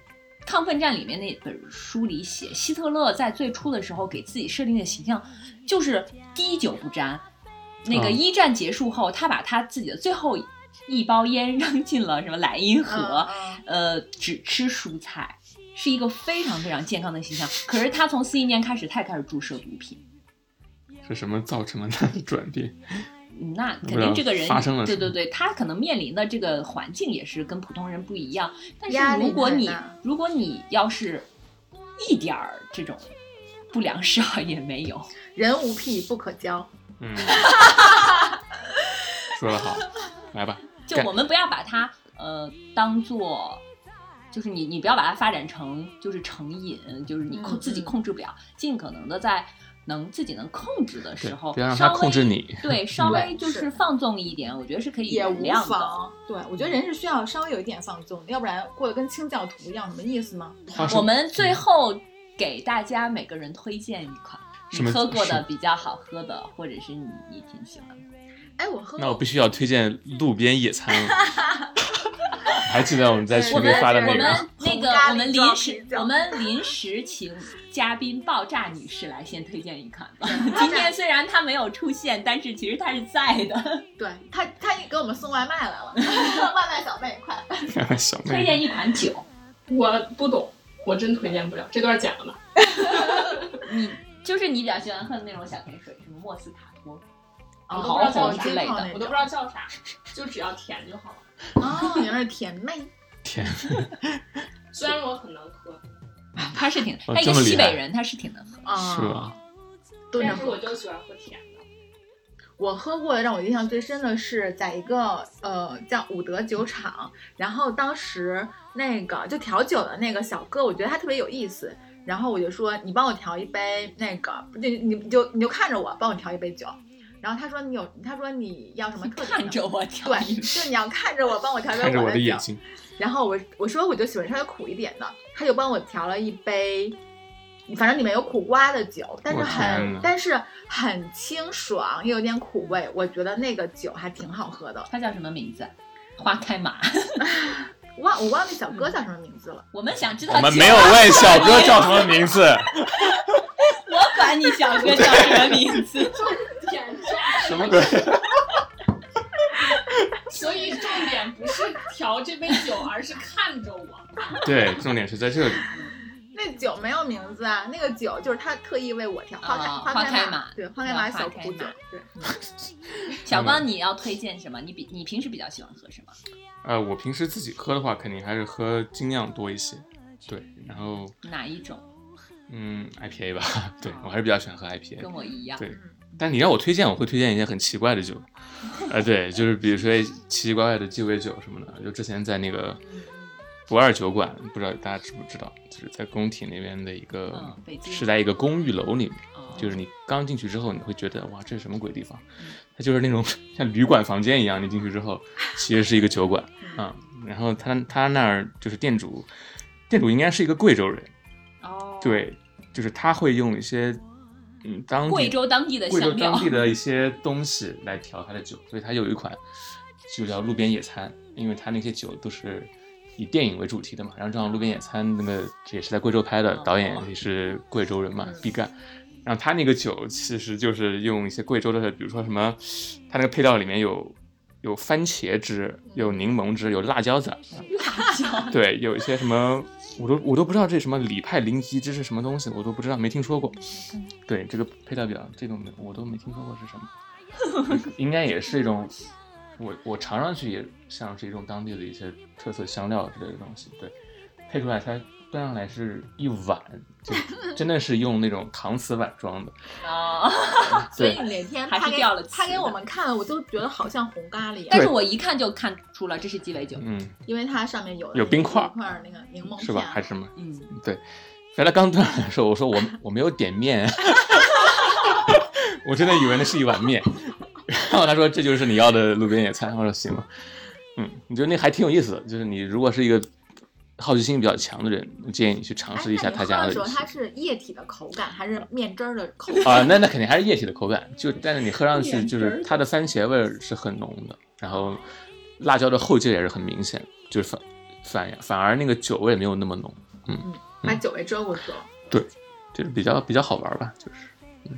Speaker 1: 亢奋战》里面那本书里写，希特勒在最初的时候给自己设定的形象就是滴酒不沾。那个
Speaker 2: 嗯
Speaker 1: 一战结束后，他把他自己的最后一包烟扔进了什么莱茵河，
Speaker 3: 嗯
Speaker 1: 呃，只吃蔬菜，是一个非常非常健康的形象。可是他从四一年开始，他也开始注射毒品。
Speaker 2: 是什么造成了他的转变？
Speaker 1: 嗯那
Speaker 2: 不
Speaker 1: 肯
Speaker 2: 知道
Speaker 1: 定这个人
Speaker 2: 发生了
Speaker 1: 对
Speaker 2: 什么
Speaker 1: 对对，他可能面临的这个环境也是跟普通人不一样。但
Speaker 3: 压
Speaker 1: 是
Speaker 3: 力
Speaker 1: 如果
Speaker 3: 太
Speaker 1: 你
Speaker 3: 大
Speaker 1: 如果你要是一点儿这种不良嗜好也没有，
Speaker 3: 人无癖不可交。
Speaker 2: 嗯，说得好，来吧，
Speaker 1: 就
Speaker 2: 对
Speaker 1: 我们不要把它呃当做，就是你你不要把它发展成就是成瘾，就是你控、
Speaker 3: 嗯
Speaker 1: 自己
Speaker 3: 嗯
Speaker 1: 控制不了，尽可能的在能自己能控制的时
Speaker 2: 对，
Speaker 1: 候，
Speaker 2: 不要让他
Speaker 1: 稍微
Speaker 2: 控制。你。
Speaker 1: 对，稍
Speaker 2: 嗯
Speaker 1: 微就是是放纵一点，我觉得是可以
Speaker 3: 也
Speaker 1: 原
Speaker 3: 无
Speaker 1: 谅的。
Speaker 3: 妨。对，我觉得人是需要稍微有一点放纵，要不然过得跟清教徒一样，什么意思呢？
Speaker 2: 话说
Speaker 1: 我们最后给大家每个人推荐一款
Speaker 2: 什
Speaker 1: 你
Speaker 2: 么
Speaker 1: 喝过
Speaker 2: 什
Speaker 1: 的
Speaker 2: 么
Speaker 1: 比较好喝的，或者是你你挺喜欢的。
Speaker 3: 哎，我喝
Speaker 2: 那我
Speaker 3: 过
Speaker 2: 必须要推荐路边野餐了。还记得我们在群
Speaker 1: 我
Speaker 2: 里
Speaker 1: 们
Speaker 2: 发的那
Speaker 1: 我
Speaker 2: 个
Speaker 1: 们那个
Speaker 3: 红咖喱
Speaker 1: 我们
Speaker 3: 装
Speaker 1: 临时
Speaker 3: 啤酒
Speaker 1: 我们临时请嘉宾爆炸女士来先推荐一款 吧。今天虽然她没有出现，但是其实她是在的。
Speaker 3: 对他，他也给我们送外卖 来了，外卖小妹，快！
Speaker 2: 小
Speaker 1: 推
Speaker 2: 妹，
Speaker 1: 荐一款酒，
Speaker 4: 我不懂，我真推荐不了，这段讲了吧。
Speaker 1: 你就是你比较喜欢喝的那种小甜水，什么莫斯卡 托。
Speaker 4: 我都不
Speaker 1: 哦好
Speaker 4: 知道
Speaker 1: 好
Speaker 4: 叫
Speaker 1: 之
Speaker 4: 啥，
Speaker 1: 类的，
Speaker 4: 我都不知道叫啥，就只要甜就好了。
Speaker 3: 哦，原来是甜妹，
Speaker 2: 天，
Speaker 4: 虽然我很能喝，
Speaker 1: 他是挺，
Speaker 2: 哦
Speaker 1: 他一个
Speaker 2: 这么厉
Speaker 1: 西
Speaker 2: 害
Speaker 1: 北人，他是挺哎能喝。
Speaker 3: 啊，
Speaker 2: 是吧？
Speaker 3: 蹲着
Speaker 4: 但是我
Speaker 3: 喝。
Speaker 4: 就喜欢喝甜的。
Speaker 3: 我喝过的让我印象最深的是在一个呃叫伍德酒厂，然后当时那个就调酒的那个小哥，我觉得他特别有意思。然后我就说你帮我调一杯那个，你你你就你就看着我帮我调一杯酒。然后他说你有，他说你要什么特点
Speaker 1: 看
Speaker 3: 的？
Speaker 1: 着我调
Speaker 3: 对，就你要看着我帮我调一杯
Speaker 2: 看着我
Speaker 3: 的
Speaker 2: 的眼
Speaker 3: 酒
Speaker 2: 睛，
Speaker 3: 然后我我说我就喜欢稍微苦一点的，他就帮我调了一杯，反正里面有苦瓜的酒，但是
Speaker 2: 我天
Speaker 3: 很
Speaker 2: 哪
Speaker 3: 但是很清爽，又有点苦味，我觉得那个酒还挺好喝的。
Speaker 1: 他叫什么名字？花开马。
Speaker 3: 忘我忘记小
Speaker 1: 嗯
Speaker 3: 哥叫什么名字了，
Speaker 1: 我们想知道
Speaker 2: 我们
Speaker 1: 酒
Speaker 2: 没有
Speaker 1: 吧
Speaker 2: 问小哥叫什么名字，
Speaker 1: 我管你小哥叫什么名字。
Speaker 4: 甜渣，
Speaker 2: 什么鬼？
Speaker 4: 所以重点不是调这杯酒，而是看着我。
Speaker 2: 对，重点是在这里。
Speaker 3: 那酒没有名字啊，那个酒就是他特意为我调花开、
Speaker 1: 哦
Speaker 3: 花
Speaker 1: 花开
Speaker 3: 马
Speaker 1: 马，
Speaker 3: 对花开马
Speaker 1: 叫
Speaker 3: 小
Speaker 1: 花开
Speaker 3: 苦酒
Speaker 1: 马，
Speaker 3: 对，
Speaker 1: 小
Speaker 2: 嗯
Speaker 1: 光，你要推荐什么？你比你平时比较喜欢喝什么？
Speaker 2: 呃，我平时自己喝的话，肯定还是喝精酿多一些。对，然后
Speaker 1: 哪一种？
Speaker 2: 嗯，IPA 吧， 对我还是比较喜欢喝 IPA
Speaker 1: 跟。我一样。
Speaker 2: 对但你让我推荐，我会推荐一些很奇怪的酒， 呃，对，就是比如说奇奇怪怪的鸡尾酒什么的。就之前在那个不二酒馆，不知道大家知不知道，就是在工体那边的一个
Speaker 1: 嗯，北京
Speaker 2: 是在一个公寓楼里面，
Speaker 1: 哦
Speaker 2: 就是你刚进去之后，你会觉得哇，这是什么鬼地方？
Speaker 1: 嗯
Speaker 2: 它就是那种 像旅馆房间一样，你进去之 后其实是一个酒馆
Speaker 1: 嗯
Speaker 2: 啊、然后他他那儿就是店主，店主应该是一个贵州人，
Speaker 1: 哦，，
Speaker 2: 对，就是他会用一些嗯当地
Speaker 1: 贵州当地的
Speaker 2: 贵州
Speaker 1: 香
Speaker 2: 当
Speaker 1: 料
Speaker 2: 地的一些东西来调它的酒，所以它有一款就叫路边野餐，因为它那些酒都是以电影为主题的嘛。然后正好路边野餐那个也是在贵州拍的，
Speaker 1: 哦
Speaker 2: 导演也是贵州人嘛
Speaker 1: 嗯，
Speaker 2: 毕赣。然后他那个酒其实就是用一些贵州的，比如说什么，它那个配料里面有有番茄汁，有柠檬汁，有辣椒籽儿，
Speaker 1: 辣椒，
Speaker 2: 对，有一些什么，我都我都不知道这什么李派零级这是什么东西，我都不知道，没听说过。
Speaker 1: 嗯
Speaker 2: 对，这个配料表这种没我都没听说过是什么，应该也是一种，我我尝上去也像是一种当地的一些特色香料之类的东西。对，配出来它端上来是一碗， 就真的是用那种搪瓷碗装的。
Speaker 1: 啊，
Speaker 3: 所以
Speaker 2: 对，
Speaker 3: 哪天
Speaker 1: 还
Speaker 3: 他
Speaker 1: 是
Speaker 3: 给
Speaker 1: 掉了
Speaker 3: 他
Speaker 1: 漆
Speaker 3: 给
Speaker 1: 的
Speaker 3: 我们看了，我都觉得好像红咖喱啊，
Speaker 1: 但是我一看就看出了这是鸡尾酒，
Speaker 2: 嗯，
Speaker 3: 因为它上面有
Speaker 2: 有冰块
Speaker 3: 块
Speaker 2: 儿
Speaker 3: 块儿那个柠檬
Speaker 2: 是吧？
Speaker 3: 片啊
Speaker 2: 还是什么？
Speaker 1: 嗯，
Speaker 2: 对，原来刚端上来的时候，我说我我没有点面， 我真的以为那是一碗面。然后他说这就是你要的路边野餐，我说行吧。嗯，你觉得那还挺有意思的，就是你如果是一个好奇心比较强的人，我建议你去尝
Speaker 3: 哎
Speaker 2: 试一下
Speaker 3: 那你
Speaker 2: 他
Speaker 3: 喝
Speaker 2: 家的
Speaker 3: 的时候，
Speaker 2: 一些
Speaker 3: 它是液体的口感还是面汁儿的口感？
Speaker 2: 啊、那那肯定还是液体的口感，就但是你喝上去就是它的番茄味儿是很浓的，然后辣椒的后劲儿也是很明显，就是反反反而那个酒味没有那么浓，
Speaker 3: 把酒给遮过去了。
Speaker 2: 就是比较比较好玩儿吧，就是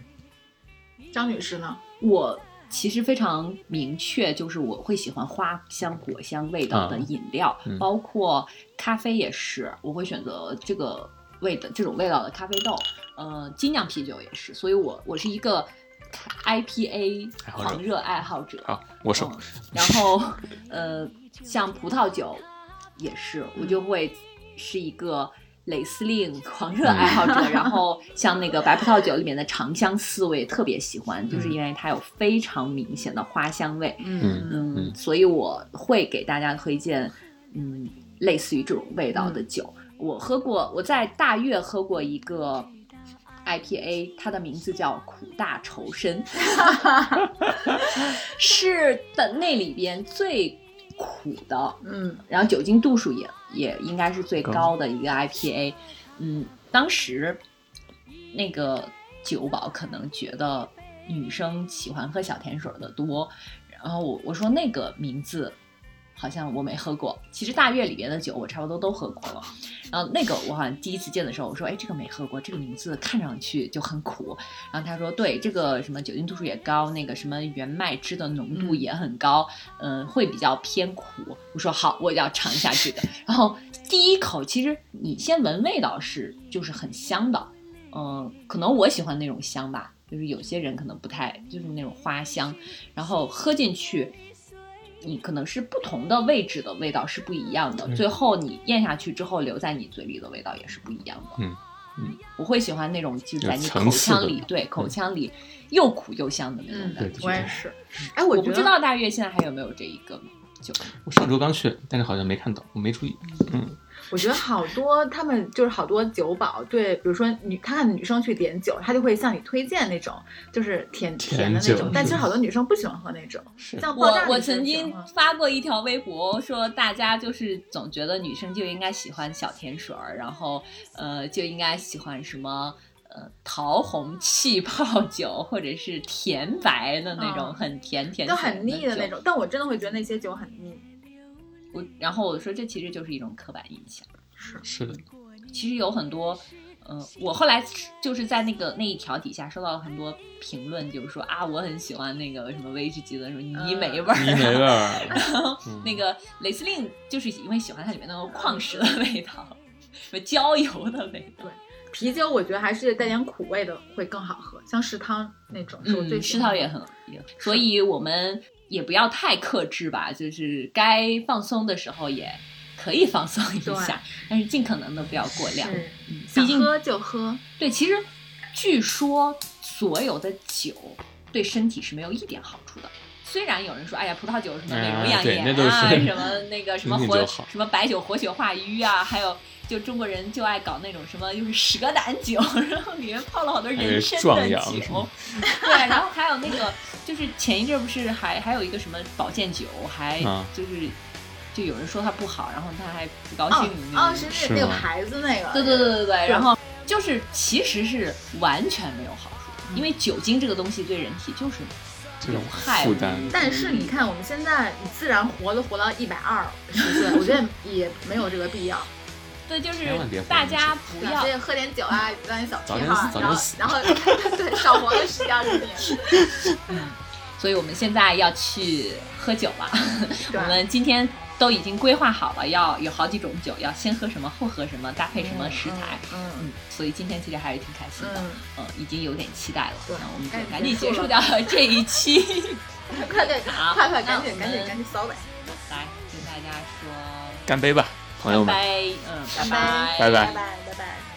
Speaker 3: 张女士呢？
Speaker 1: 我其实非常明确，就是我会喜欢花香、果香味道的饮料，
Speaker 2: 嗯
Speaker 1: 包括咖啡也是，我会选择这个味的这种味道的咖啡豆，呃，精酿啤酒也是，所以我我是一个咖 IPA
Speaker 2: 爱好者
Speaker 1: 狂热爱好者。
Speaker 2: 好，我手。
Speaker 1: 嗯然后呃，像葡萄酒也是，我就会是一个。蕾丝令狂热爱好者，然后像那个白葡萄酒里面的长相思，我也特别喜欢，就是因为它有非常明显的花香味，
Speaker 2: 嗯
Speaker 1: 嗯，
Speaker 2: 嗯
Speaker 1: 所以我会给大家推荐，嗯，类似于这种味道的酒。我喝过，我在大悦喝过一个 IPA，它的名字叫苦大 仇深， 是的那里边最苦的，
Speaker 3: 嗯
Speaker 1: 然后酒精度数也也应该是最高的一个 IPA。嗯，当时那个酒保可能觉得女生喜欢喝小甜水儿的多，然后我我说那个名字好像我没喝过，其实大悦里边的酒我差不多都喝过了。然后那个我好像第一次见的时候，我说哎这个没喝过，这个名字看上去就很苦。然后他说对，这个什么酒精度数也高，那个什么原麦汁的浓度也很高，嗯、会比较偏苦。我说好，我要尝一下这个。然后第一口其实你先闻味道是就是很香的，嗯、可能我喜欢那种香吧。就是有些人可能不太，就是那种花香，然后喝进去，你可能是不同的位置的味道是不一样的，
Speaker 2: 对
Speaker 1: 最后你咽下去之后留在你嘴里的味道也是不一样的。
Speaker 2: 嗯嗯，
Speaker 1: 我会喜欢那种就在你
Speaker 2: 有
Speaker 1: 口
Speaker 2: 层次的嗯
Speaker 1: 腔里，对口腔里又苦又香的那种感
Speaker 2: 对
Speaker 1: 觉。
Speaker 2: 的确
Speaker 3: 我也是。
Speaker 2: 嗯
Speaker 3: 哎，嗯我觉
Speaker 1: 我不知
Speaker 3: 得
Speaker 1: 道大悦现在还有没有这一个酒，
Speaker 2: 我上周刚去，但是好像没看到，我没注意。
Speaker 3: 我觉得好多他们就是好多酒保对，比如说女，他看女生去点酒，他就会向你推荐那种就是甜
Speaker 2: 甜
Speaker 3: 的
Speaker 2: 酒
Speaker 3: 那种，但其实好多女生不喜欢喝那种，
Speaker 2: 是
Speaker 3: 像爆
Speaker 1: 我
Speaker 3: 炸
Speaker 1: 我
Speaker 3: 女生
Speaker 1: 曾
Speaker 3: 喜欢
Speaker 1: 经
Speaker 3: 喝
Speaker 1: 发过一条微博，说大家就是总觉得女生就应该喜欢小甜水儿，然后呃就应该喜欢什么呃桃红气泡酒，或者是甜白的那种
Speaker 3: 嗯
Speaker 1: 很甜甜
Speaker 3: 都
Speaker 1: 的
Speaker 3: 很腻的
Speaker 1: 酒
Speaker 3: 那。种，但我真的会觉得那些酒很腻。
Speaker 1: 我然后我说这其实就是一种刻板印象。
Speaker 2: 是 的，
Speaker 1: 其实有很多，嗯、我后来就是在那个那一条底下收到了很多评论，就是说啊，我很喜欢那个什么威士忌的什么泥
Speaker 3: 嗯
Speaker 1: 煤味儿、啊，
Speaker 2: 一没味 儿，
Speaker 1: 然后
Speaker 2: 嗯
Speaker 1: 那个蕾丝令就是因为喜欢它里面那个矿石的味道，什么焦油的味道。
Speaker 3: 啤酒我觉得还是带点苦味的会更好喝，像食堂那种是我最
Speaker 1: 嗯，
Speaker 3: 喜
Speaker 1: 世
Speaker 3: 欢
Speaker 1: 涛
Speaker 3: 的
Speaker 1: 也很，也所以我们也不要太克制吧，就是该放松的时候也可以放松一下，但是尽可能的不要过量。
Speaker 3: 是
Speaker 1: 嗯，毕
Speaker 3: 想
Speaker 1: 竟
Speaker 3: 喝就喝，
Speaker 1: 对，其实据说所有的酒对身体是没有一点好处的，虽然有人说，哎呀，葡萄酒什么美
Speaker 2: 哎
Speaker 1: 容
Speaker 2: 呀
Speaker 1: 养
Speaker 2: 对
Speaker 1: 颜
Speaker 2: 那都是
Speaker 1: 啊， 什么那个什么
Speaker 2: 听听
Speaker 1: 活
Speaker 2: 就好
Speaker 1: 什么白酒活血化瘀啊，还有就中国人就爱搞那种什么就是蛇胆酒，然后里面泡了好多人参
Speaker 2: 壮
Speaker 1: 的
Speaker 2: 阳什
Speaker 1: 酒
Speaker 2: 么，
Speaker 1: 对，然后还有那个就是前一阵儿不是还还有一个什么保健酒，还
Speaker 2: 啊
Speaker 1: 就是、就有人说它不好，然后他还不高
Speaker 3: 哦
Speaker 1: 兴的那
Speaker 3: 哦，
Speaker 1: 种。
Speaker 3: 是
Speaker 2: 是
Speaker 3: 那个那个
Speaker 2: 吗
Speaker 3: 牌子那个，
Speaker 1: 对对对对对，然后就是其实是完全没有好处，因为酒精这个东西对人体就是
Speaker 2: 这
Speaker 1: 有
Speaker 2: 种
Speaker 1: 害
Speaker 2: 负
Speaker 1: 无
Speaker 2: 担
Speaker 1: 比
Speaker 3: 但是你看，我们现在你自然活都活到一百二十岁，我觉得也没有这个必要。
Speaker 1: 对，就是
Speaker 2: 千万别混
Speaker 1: 大
Speaker 2: 进
Speaker 1: 家
Speaker 2: 去
Speaker 1: 不
Speaker 3: 对吧
Speaker 1: 要
Speaker 3: 所以喝点酒啊，当点小
Speaker 2: 早
Speaker 3: 癖
Speaker 2: 点
Speaker 3: 好，
Speaker 2: 死
Speaker 3: 然后然后对少活个十几二十年。
Speaker 1: 所以我们现在要去喝酒了。
Speaker 3: 对
Speaker 1: 我们今天都已经规划好了，要有好几种酒，要先喝什么，后喝什么，搭配什么食材。
Speaker 3: 嗯
Speaker 1: 嗯，所以今天其实还是挺开心的，
Speaker 3: 嗯，
Speaker 1: 嗯，已经有点期待了。
Speaker 3: 对
Speaker 1: 那我们
Speaker 3: 该
Speaker 1: 就赶紧
Speaker 3: 结
Speaker 1: 结
Speaker 3: 束
Speaker 1: 束
Speaker 3: 了
Speaker 1: 掉这一期。
Speaker 3: 快快
Speaker 1: 好
Speaker 3: 快快，赶
Speaker 1: 那我
Speaker 3: 紧
Speaker 1: 们
Speaker 3: 赶紧赶紧扫尾。
Speaker 1: 来跟大家说
Speaker 2: 干杯吧，朋友
Speaker 1: 拜
Speaker 2: 们。
Speaker 1: 拜，嗯，
Speaker 3: 拜
Speaker 1: 拜
Speaker 2: 拜
Speaker 3: 拜拜拜拜。